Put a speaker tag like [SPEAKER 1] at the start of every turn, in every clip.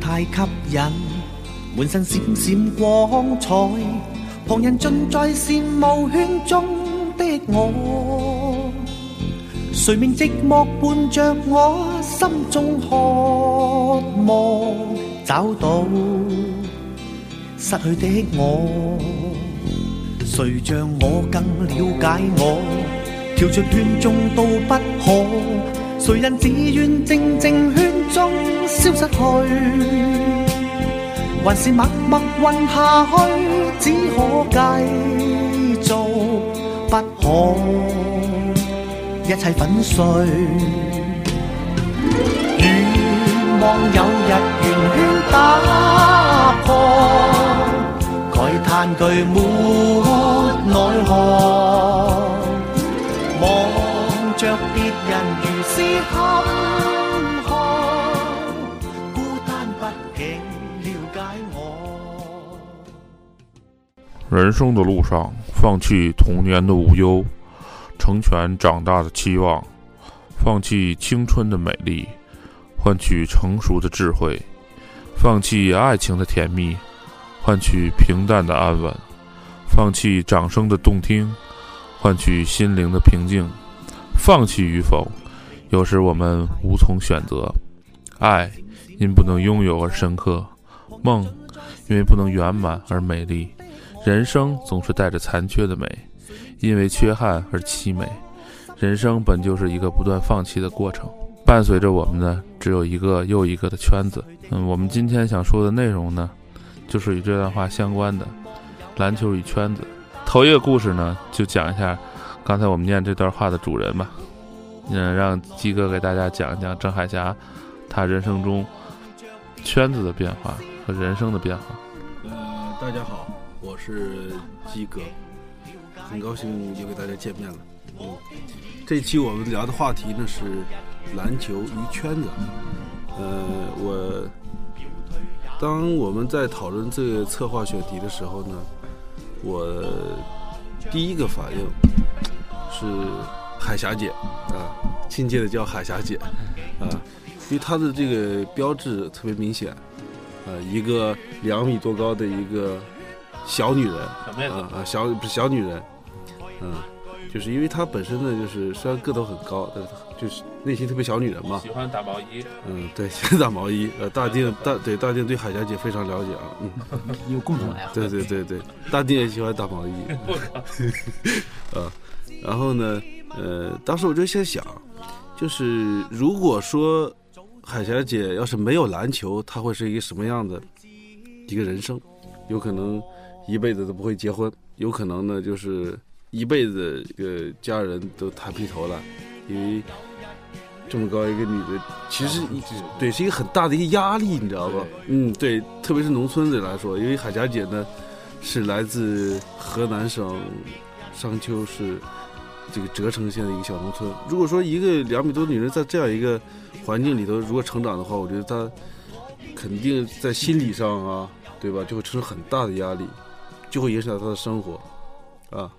[SPEAKER 1] 太吸引，滿身閃閃光彩，旁人盡在羨慕圈中的我，誰明寂寞伴着我，心中渴望找到失去的我，誰像我更了解我？跳出圈中都不可，誰人自愿靜靜圈中消失去？還是默默混下去，只可繼續，不可一切粉碎。願望有日圓圈打破，慨嘆句沒奈何。望着別人如是坎坷，孤單畢竟了解我。
[SPEAKER 2] 人生的路上，放弃童年的无忧，成全长大的期望，放弃青春的美丽，换取成熟的智慧，放弃爱情的甜蜜，换取平淡的安稳，放弃掌声的动听，换取心灵的平静。放弃与否，有时我们无从选择。爱因不能拥有而深刻，梦因为不能圆满而美丽。人生总是带着残缺的美，因为缺憾而凄美。人生本就是一个不断放弃的过程，伴随着我们呢，只有一个又一个的圈子。嗯，我们今天想说的内容呢，就是与这段话相关的篮球与圈子。头一个故事呢，就讲一下刚才我们念这段话的主人吧。嗯，让鸡哥给大家讲一讲郑海霞他人生中圈子的变化和人生的变化。
[SPEAKER 3] 呃，大家好，我是鸡哥，很高兴又给大家见面了。嗯，这期我们聊的话题呢是篮球与圈子。呃，我当我们在讨论这个策划选题的时候呢，我第一个反应是海霞姐啊，亲切的叫海霞姐啊，因为她的这个标志特别明显。呃，一个两米多高的一个小女人，
[SPEAKER 2] 小妹
[SPEAKER 3] 啊啊，小不是小女人，嗯，就是因为她本身呢，就是虽然个头很高，但是她就是内心特别小女人嘛，
[SPEAKER 2] 喜欢打毛衣，
[SPEAKER 3] 嗯，对， 先打毛衣，呃，大定大对大定对海霞姐非常了解啊，嗯，
[SPEAKER 4] 有共同爱好。
[SPEAKER 3] 对对对对，大定也喜欢打 毛衣， 啊，然后呢，呃，当时我就在想，就是如果说海霞姐要是没有篮球，她会是一个什么样的一个人生？有可能一辈子都不会结婚，有可能呢就是一辈子这个家人都抬不起头来，因为这么高一个女的，其实一直啊对是一个很大的一个压力，你知道吧？嗯，对，特别是农村人来说，因为海霞姐呢是来自河南省商丘市这个折城县的一个小农村。如果说一个两米多的女人在这样一个环境里头，如果成长的话，我觉得她肯定在心理上啊，对吧，就会承受很大的压力，就会影响到她的生活啊。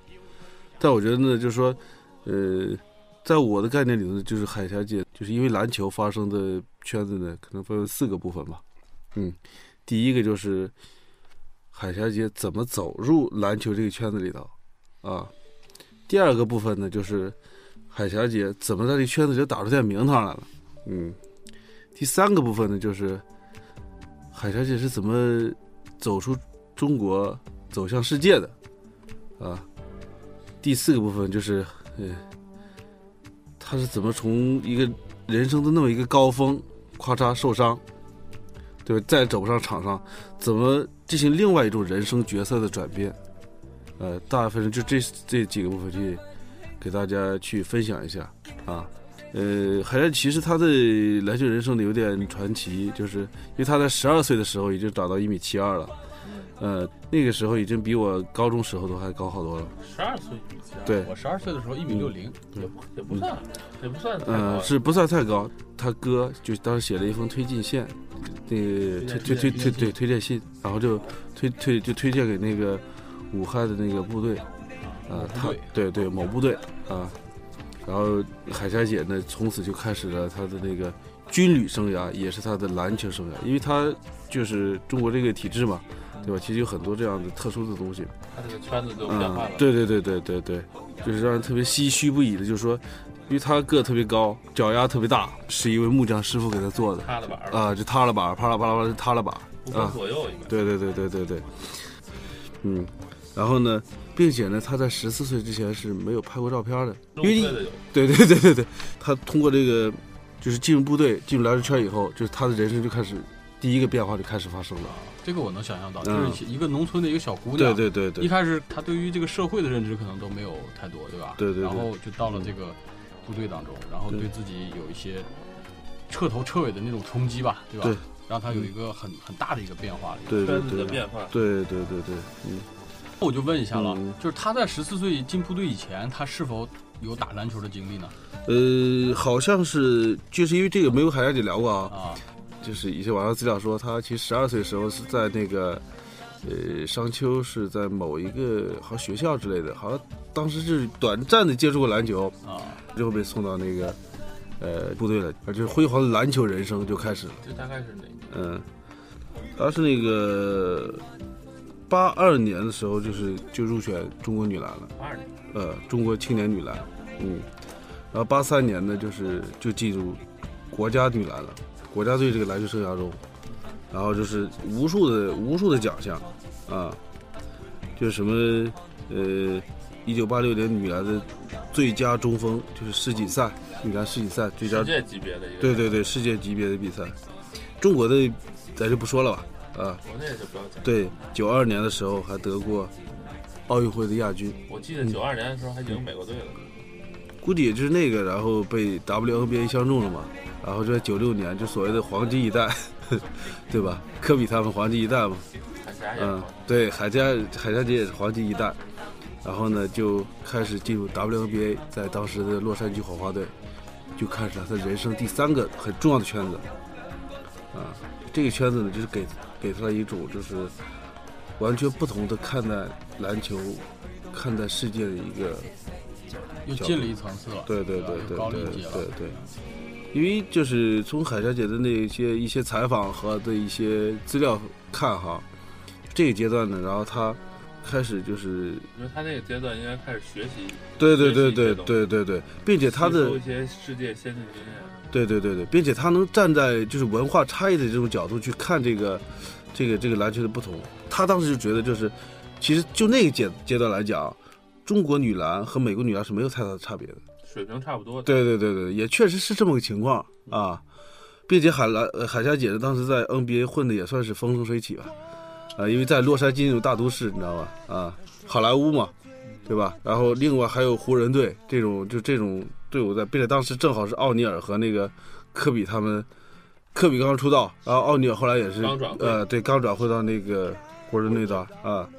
[SPEAKER 3] 但我觉得呢，就是说，呃，在我的概念里呢，就是海霞姐，就是因为篮球发生的圈子呢，可能分为四个部分吧。嗯，第一个就是海霞姐怎么走入篮球这个圈子里头啊。第二个部分呢，就是海霞姐怎么在这圈子里打出点名堂来了。嗯，第三个部分呢，就是海霞姐是怎么走出中国走向世界的啊。第四个部分就是，嗯，她是怎么从一个人生的那么一个高峰，咔嚓受伤，对吧？再走不上场上，怎么进行另外一种人生角色的转变？呃，大部分就这这几个部分去给大家去分享一下啊。呃，海燕其实他的篮球人生里有点传奇，就是因为他在十二岁的时候已经长到一米七二了，呃，那个时候已经比我高中时候都还高好多了。
[SPEAKER 2] 十二岁
[SPEAKER 3] 对
[SPEAKER 4] 我十二岁的时候一米六零，
[SPEAKER 3] 对
[SPEAKER 4] 也不也不
[SPEAKER 3] 嗯
[SPEAKER 4] 算
[SPEAKER 2] 也不算太高
[SPEAKER 3] 呃，
[SPEAKER 2] 了，
[SPEAKER 3] 是不算太高。他哥就当时写了一封推荐信，那个推推推推对推荐信，然后就推推就推荐给那个武汉的那个部队，啊、他对对某部队啊，然后海霞姐呢，从此就开始了她的那个军旅生涯，也是她的篮球生涯，因为她就是中国这个体制嘛，对吧？其实有很多这样的特殊的东西。
[SPEAKER 4] 他这个圈子都变化了，，
[SPEAKER 3] 嗯对对对对对对，就是让人特别唏嘘不已的，就是说，因为他个特别高，脚丫特别大，是一位木匠师傅给他做的，
[SPEAKER 4] 塌了板儿，
[SPEAKER 3] 啊，就塌了把，啪啦啪啦啪啦就塌了把，
[SPEAKER 4] 不
[SPEAKER 3] 嗯
[SPEAKER 4] 分左右应该。
[SPEAKER 3] 对对对对对对，嗯，然后呢，并且呢，他在十四岁之前是没有拍过照片的，
[SPEAKER 4] 中
[SPEAKER 3] 因为
[SPEAKER 4] 队的有，
[SPEAKER 3] 对对对对对，他通过这个就是进入部队，进入篮球圈以后，就是他的人生就开始第一个变化就开始发生了，
[SPEAKER 4] 这个我能想象到，
[SPEAKER 3] 嗯
[SPEAKER 4] 就是一个农村的一个小姑娘，
[SPEAKER 3] 对对对
[SPEAKER 4] 一
[SPEAKER 3] 对，
[SPEAKER 4] 开始她对于这个社会的认知可能都没有太多，对吧？
[SPEAKER 3] 对对对
[SPEAKER 4] 然后就到了这个部队当中，然后
[SPEAKER 3] 对
[SPEAKER 4] 对自己有一些彻头彻尾的那种冲击吧，对吧？
[SPEAKER 3] 对
[SPEAKER 4] 让她有一个很很大的一个变化的一个
[SPEAKER 3] 对对
[SPEAKER 2] 圈子
[SPEAKER 3] 对
[SPEAKER 2] 的。变化，
[SPEAKER 3] 对对对对，嗯，
[SPEAKER 4] 我就问一下了，
[SPEAKER 3] 嗯
[SPEAKER 4] 就是他在十四岁进部队以前，他是否有打篮球的经历呢？
[SPEAKER 3] 呃，好像是就是因为这个没有海燕姐聊过啊，
[SPEAKER 4] 啊，
[SPEAKER 3] 就是一些网上资料说，他其实十二岁时候是在那个，呃，商丘是在某一个好像学校之类的，好像当时是短暂的接触过篮球，
[SPEAKER 4] 啊，
[SPEAKER 3] 最后被送到那个，呃，部队了，而这辉煌的篮球人生就开始了。
[SPEAKER 2] 这大概是哪年？
[SPEAKER 3] 嗯，当时那个八二年的时候，就是就入选中国女篮了，
[SPEAKER 2] 八二年，
[SPEAKER 3] 呃，中国青年女篮，嗯，然后八三年呢，就是就进入国家女篮了，国家队这个篮球生涯中，然后就是无数的无数的奖项，啊，就是什么呃，一九八六年女篮的最佳中锋，就是世锦赛女篮世锦赛最佳
[SPEAKER 2] 世界级别的一个，
[SPEAKER 3] 对对，对，世界级别的比赛，中国的咱就不说了吧，啊，
[SPEAKER 2] 国内就不要讲。
[SPEAKER 3] 对，九二年的时候还得过奥运会的亚军，
[SPEAKER 2] 我记得九二年的时候还赢美国队了，
[SPEAKER 3] 估计也就是那个，然后被 WNBA 相中了嘛，然后就在九六年就所谓的黄金一代， 对吧？科比他们黄金一代嘛，
[SPEAKER 2] 还啥也
[SPEAKER 3] 嗯
[SPEAKER 2] 好，，
[SPEAKER 3] 对，海佳海佳姐也是黄金一代，然后呢就开始进入 WNBA，在当时的洛杉矶火花队，就开始了他人生第三个很重要的圈子，啊，这个圈子呢就是给给他一种就是完全不同的看待篮球、看待世界的一个
[SPEAKER 4] 又进了一层次了，
[SPEAKER 3] 对对
[SPEAKER 4] 吧
[SPEAKER 3] 对对
[SPEAKER 4] 又高了
[SPEAKER 3] 对
[SPEAKER 4] 一
[SPEAKER 3] 对
[SPEAKER 4] 阶了。
[SPEAKER 3] 对，因为就是从海小姐的那些一些采访和的一些资料看哈，这个阶段呢，然后她开始就是
[SPEAKER 2] 因为他那个阶段应该开始学习，
[SPEAKER 3] 对对对
[SPEAKER 2] 学习这
[SPEAKER 3] 对
[SPEAKER 2] 种
[SPEAKER 3] 对对对，并且她
[SPEAKER 2] 吸
[SPEAKER 3] 的
[SPEAKER 2] 收一些世界先进经验，
[SPEAKER 3] 对对对对，并且她能站在就是文化差异的这种角度去看这个这个这个篮球的不同，她当时就觉得就是其实就那个阶阶段来讲。中国女篮和美国女篮是没有太大的差别的，
[SPEAKER 2] 水平差不多的。
[SPEAKER 3] 对对对对，也确实是这么个情况啊，并且海兰呃海霞姐呢，当时在 NBA 混的也算是风生水起吧，啊，因为在洛杉矶那种大都市，你知道吧？啊，好莱坞嘛，对吧？然后另外还有湖人队这种就这种队伍在，并且当时正好是奥尼尔和那个科比他们，科比刚刚出道，然后奥尼尔后来也是
[SPEAKER 2] 刚转会
[SPEAKER 3] 呃对刚转会到那个湖人队的啊，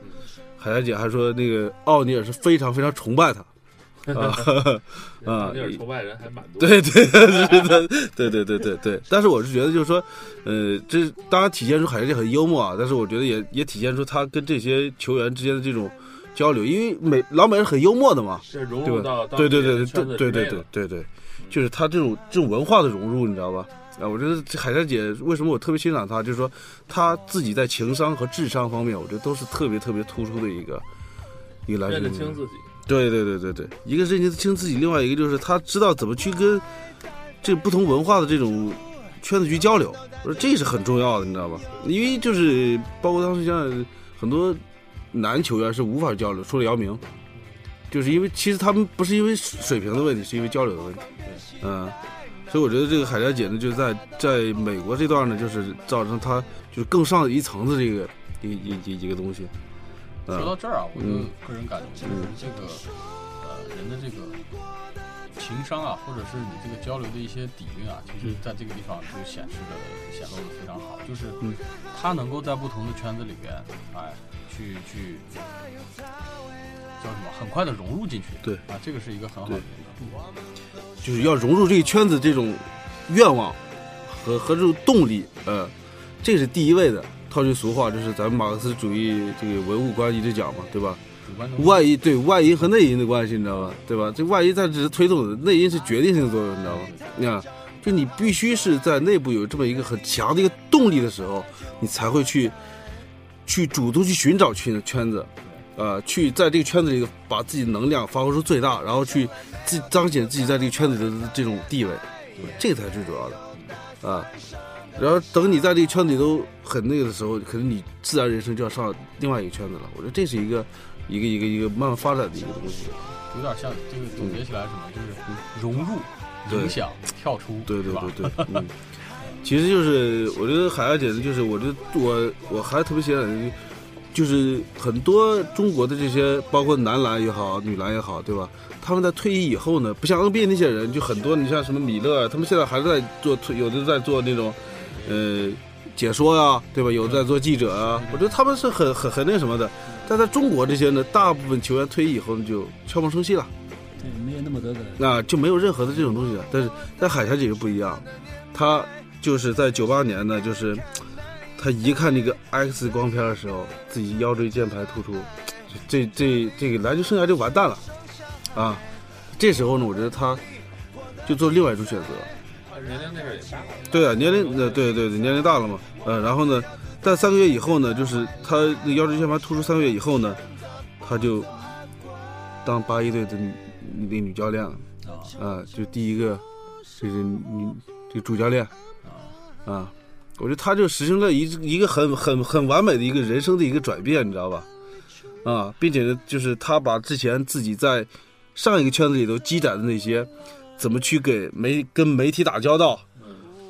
[SPEAKER 3] 海霞姐还说那个奥尼尔是非常非常崇拜他。 啊，
[SPEAKER 2] 那
[SPEAKER 3] 啊
[SPEAKER 2] 点崇拜人还蛮多。，
[SPEAKER 3] 对 对是的，对对对对对。但是我是觉得，就是说，呃，这当然体现出海神很幽默啊，但是我觉得也也体现出他跟这些球员之间的这种交流，因为美老美是很幽默的嘛，
[SPEAKER 2] 是融
[SPEAKER 3] 对
[SPEAKER 2] 入
[SPEAKER 3] 吧
[SPEAKER 2] 到？
[SPEAKER 3] 对对对对
[SPEAKER 2] 当地的圈子
[SPEAKER 3] 对对
[SPEAKER 2] 之
[SPEAKER 3] 对
[SPEAKER 2] 内
[SPEAKER 3] 对
[SPEAKER 2] 了。
[SPEAKER 3] 对对，就是他这种这种文化的融入，你知道吧？啊，我觉得这海山姐为什么我特别欣赏她，就是说她自己在情商和智商方面，我觉得都是特别特别突出的一个一个篮球
[SPEAKER 2] 认得
[SPEAKER 3] 运动员
[SPEAKER 2] 清自己，
[SPEAKER 3] 对对对对对，一个是认清自己，另外一个就是他知道怎么去跟这不同文化的这种圈子去交流，我说这是很重要的，你知道吧？因为就是包括当时像很多男球员是无法交流，除了姚明，就是因为其实他们不是因为水平的问题，是因为交流的问题。嗯，所以我觉得这个海佳姐呢，就在在美国这段呢，就是造成她就是更上一层的这个一一一一个东西。嗯
[SPEAKER 4] 说到这儿啊，我就
[SPEAKER 3] 嗯
[SPEAKER 4] 个人感觉，就是这个呃人的这个情商啊，或者是你这个交流的一些底蕴啊，其实在这个地方就显示的显露的非常好，就是
[SPEAKER 3] 嗯
[SPEAKER 4] 他能够在不同的圈子里边，哎，去去叫什么，很快的融入进去。
[SPEAKER 3] 对
[SPEAKER 4] 啊，这个是一个很好的
[SPEAKER 3] 对
[SPEAKER 4] 一
[SPEAKER 3] 就是要融入这个圈子这种愿望和和这种动力，呃，这是第一位的。套句俗话，就是咱们马克思主义这个唯物观一直讲嘛，对吧？
[SPEAKER 4] 个主观能力。
[SPEAKER 3] 外因对外因和内因的关系，你知道吧？对吧？这外因它只是推动的，内因是决定性作用，你知道吧？你看，就你必须是在内部有这么一个很强的一个动动力的时候，你才会去去主动去寻找圈圈子，呃，去在这个圈子里把自己能量发挥出最大，然后去自彰显自己在这个圈子里的这种地位，这个才是最主要的啊。然后等你在这个圈子里都很那个的时候，可能你自然人生就要上另外一个圈子了。我觉得这是一个一个一个一个慢慢发展的一个东西。
[SPEAKER 4] 有点像这个总结起来什么，就是融入、
[SPEAKER 3] 嗯对
[SPEAKER 4] 影响、跳出，
[SPEAKER 3] 对对
[SPEAKER 4] 是吧
[SPEAKER 3] 对对，嗯，其实就是我觉得海亚姐的，就是我觉得我我还特别欣赏的，就是很多中国的这些，包括男篮也好，女篮也好，对吧？他们在退役以后呢，不像 NBA 那些人，就很多你像什么米勒，他们现在还在做，有的在做那种，呃，解说呀、对吧？有的在做记者啊，我觉得他们是很很很那什么的。但在中国这些呢，大部分球员退役以后呢，就悄无声息了。
[SPEAKER 5] 对，没有那么多的
[SPEAKER 3] 那就没有任何的这种东西了。但是但海小姐就不一样，她就是在九八年呢，就是她一看那个 X 光片的时候，自己腰椎间盘突出，这这这这个篮球生涯就完蛋了啊！这时候呢，我觉得她就做另外一种选择，
[SPEAKER 2] 人家啊那阵儿也大了，
[SPEAKER 3] 对啊，年龄呃，对对对，年龄大了嘛，呃，然后呢，但三个月以后呢，就是他那腰椎间盘突出三个月以后呢，他就当八一队的女那女教练了，
[SPEAKER 2] 哦
[SPEAKER 3] 啊、就第一个这个女这个主教练，啊，我觉得他就实行了一一个很很很完美的一个人生的一个转变，你知道吧？啊，并且呢，就是他把之前自己在上一个圈子里头积攒的那些，怎么去给媒跟媒体打交道。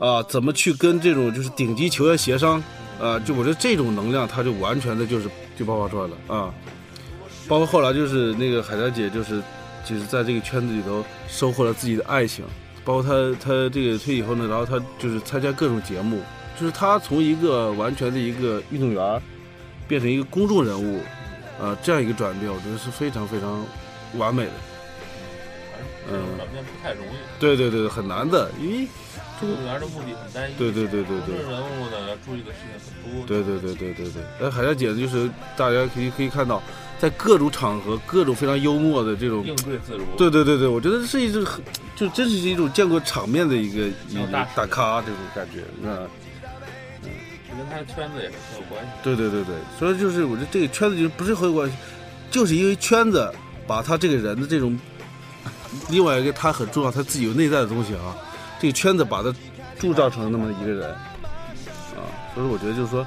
[SPEAKER 3] 啊，怎么去跟这种就是顶级球员协商，啊，就我觉得这种能量，他就完全的就是就爆发出来了啊。包括后来就是那个海苔姐，就是就是在这个圈子里头收获了自己的爱情，包括她她这个退役以后呢，然后她就是参加各种节目，就是她从一个完全的一个运动员儿，变成一个公众人物，啊，这样一个转变，我觉得是非常非常完美的。
[SPEAKER 2] 这
[SPEAKER 3] 嗯
[SPEAKER 2] 种转变不太容易。
[SPEAKER 3] 对对对，很难的，因为
[SPEAKER 2] 运动员的目的很单一，
[SPEAKER 3] 对对对对
[SPEAKER 2] 公
[SPEAKER 3] 对。
[SPEAKER 2] 众人物呢要注意的事情很多。
[SPEAKER 3] 对对对对对对，呃，海洋姐就是大家可以可以看到，在各种场合、各种非常幽默的这种，
[SPEAKER 2] 应对自如。
[SPEAKER 3] 对对对对，我觉得是一种很，就真是一种见过场面的一个一
[SPEAKER 2] 小
[SPEAKER 3] 个
[SPEAKER 2] 大
[SPEAKER 3] 大咖这种感觉，嗯，
[SPEAKER 2] 这跟他的圈子也是很有关系。
[SPEAKER 3] 对对对对，所以就是我觉得这个圈子就是不是很有关系，就是因为圈子把他这个人的这种，另外一个他很重要，他自己有内在的东西啊，这个圈子把他铸造成那么一个人，啊，所以我觉得就是说，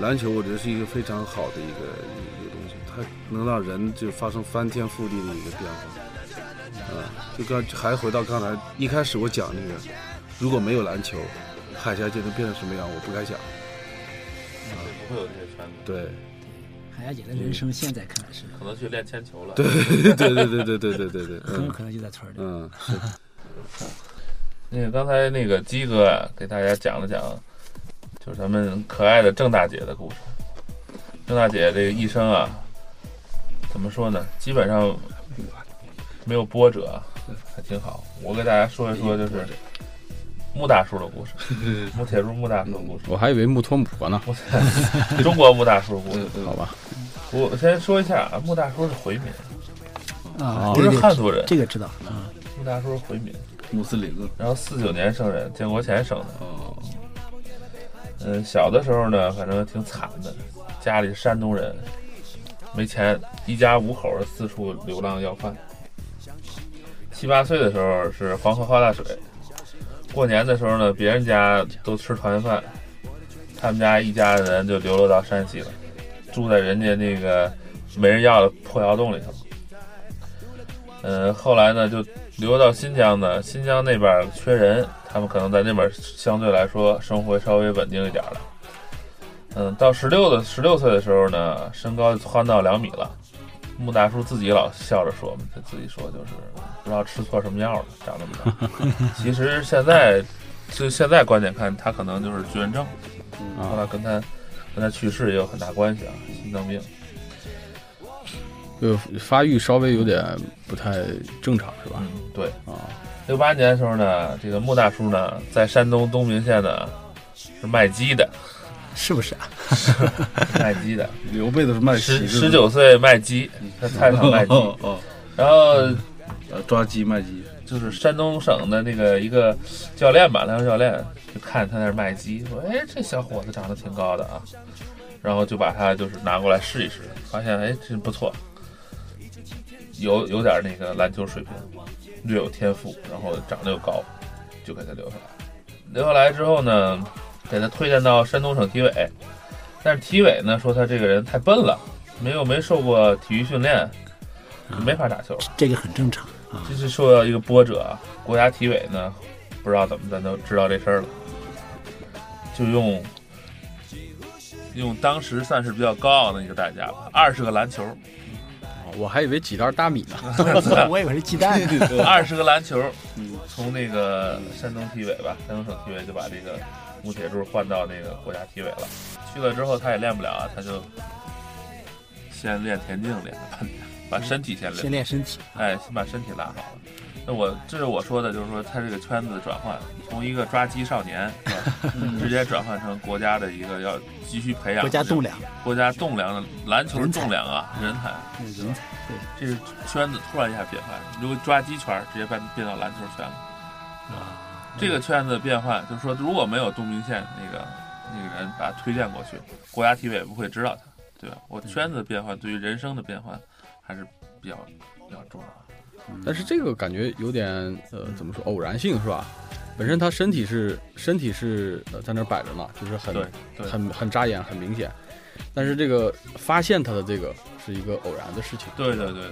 [SPEAKER 3] 篮球我觉得是一个非常好的一个一个东西，它能让人就发生翻天覆地的一个变化，啊，就刚还回到刚才一开始我讲那个，如果没有篮球，海峡界能变成什么样，我不敢想，
[SPEAKER 2] 也不会有这些圈子，
[SPEAKER 3] 对。
[SPEAKER 5] 海牙姐的人生，现在看来是
[SPEAKER 2] 可能去练铅球了。
[SPEAKER 3] 对 对对对对对对对对，
[SPEAKER 5] 很有
[SPEAKER 3] 嗯
[SPEAKER 5] 可能就在村儿里。
[SPEAKER 3] 嗯，
[SPEAKER 2] 那个刚才那个鸡哥啊，给大家讲了讲，就是咱们可爱的郑大姐的故事。郑大姐这个一生啊，怎么说呢？基本上没有波折啊，还挺好。我给大家说一说，就是穆大叔的故事，穆铁柱穆大叔的故
[SPEAKER 6] 我还以为穆托姆呢，
[SPEAKER 2] 事，中国穆大叔的故
[SPEAKER 3] 嗯
[SPEAKER 2] 事。
[SPEAKER 6] 好吧？
[SPEAKER 2] 我先说一下啊，穆大叔是回民，
[SPEAKER 5] 啊，
[SPEAKER 2] 不是
[SPEAKER 5] 对对
[SPEAKER 2] 汉族人。
[SPEAKER 5] 这个知道啊，
[SPEAKER 2] 穆大叔是回民，
[SPEAKER 3] 穆斯林了，
[SPEAKER 2] 然后四九年生人，建国前生的。
[SPEAKER 3] 哦，
[SPEAKER 2] 嗯，小的时候呢，反正挺惨的，家里山东人，没钱，一家五口儿四处流浪要饭。七八岁的时候是黄河花大水，过年的时候呢，别人家都吃团圆饭，他们家一家人就流落到山西了，住在人家那个没人要的破窑洞里头。嗯，后来呢，就流到新疆呢，新疆那边儿缺人，他们可能在那边儿相对来说生活稍微稳定一点儿了。嗯，到十六的十六岁的时候呢，身高就窜到两米了。穆大叔自己老笑着说嘛，他自己说就是不知道吃错什么药了，长这么大。其实现在就现在观点看，他可能就是绝症，后
[SPEAKER 3] 嗯
[SPEAKER 6] 啊，
[SPEAKER 2] 来跟他跟他去世也有很大关系啊，心脏病。
[SPEAKER 6] 就发育稍微有点不太正常，是吧？
[SPEAKER 2] 嗯，对。
[SPEAKER 6] 啊，
[SPEAKER 2] 六八年的时候呢，这个穆大叔呢，在山东东平县呢是卖鸡的，
[SPEAKER 5] 是不是啊？
[SPEAKER 2] 卖鸡 的，
[SPEAKER 3] 刘备的是卖
[SPEAKER 2] 十
[SPEAKER 3] 席子
[SPEAKER 2] 十
[SPEAKER 3] 的，
[SPEAKER 5] 嗯
[SPEAKER 2] 九岁卖鸡，在菜场卖鸡，
[SPEAKER 3] 哦哦
[SPEAKER 2] 然后
[SPEAKER 7] 呃
[SPEAKER 3] 哦，抓鸡卖鸡，
[SPEAKER 2] 就是山东省的那个一个教练吧，篮球教练就看他那儿卖鸡，说：“哎，这小伙子长得挺高的啊。”然后就把他就是拿过来试一试，发现哎，真不错，有有点那个篮球水平，略有天赋，然后长得又高，就给他留下来。留下来之后呢，给他推荐到山东省体委，但是体委呢说他这个人太笨了，没有没受过体育训练，没法打球。
[SPEAKER 5] 这个很正常啊
[SPEAKER 2] 这是受到一个波折啊。国家体委呢，不知道怎么咱都知道这事儿了，就用用当时算是比较高傲的一个代价吧，二十个篮球，
[SPEAKER 6] 哦我还以为几袋大米呢。
[SPEAKER 5] 我以为是鸡蛋 呢。
[SPEAKER 2] 二十个篮球，从那个山东体委吧，山东省体委就把这个吴铁柱换到那个国家体委了。去了之后他也练不了啊，他就先练田径练了半年，把身体先练
[SPEAKER 5] 先练身体，
[SPEAKER 2] 哎，先把身体拉好了。那我这是我说的，就是说他这个圈子的转换，从一个抓鸡少年，是吧 直接转换成国家的一个要急需培养
[SPEAKER 5] 啊国家栋
[SPEAKER 2] 梁，
[SPEAKER 5] 梁，
[SPEAKER 2] 国家栋梁的篮球
[SPEAKER 5] 人才
[SPEAKER 2] 栋梁啊，人才。
[SPEAKER 5] 人才。
[SPEAKER 2] 这是圈子突然一下变换，如果抓鸡圈儿直接变变到篮球圈了。
[SPEAKER 5] 嗯
[SPEAKER 2] 这个圈子变换，就是说如果没有东平县那个那个人把他推荐过去，国家体委也不会知道他，对吧？
[SPEAKER 5] 嗯
[SPEAKER 2] 我圈子的变换对于人生的变换还是比较比较重要的。
[SPEAKER 6] 但是这个感觉有点呃，怎么说偶然性是吧？本身他身体是身体是呃在那儿摆着呢，就是很
[SPEAKER 2] 对对
[SPEAKER 6] 很很扎眼，很明显。但是这个发现他的这个是一个偶然的事情。
[SPEAKER 2] 对对对对对。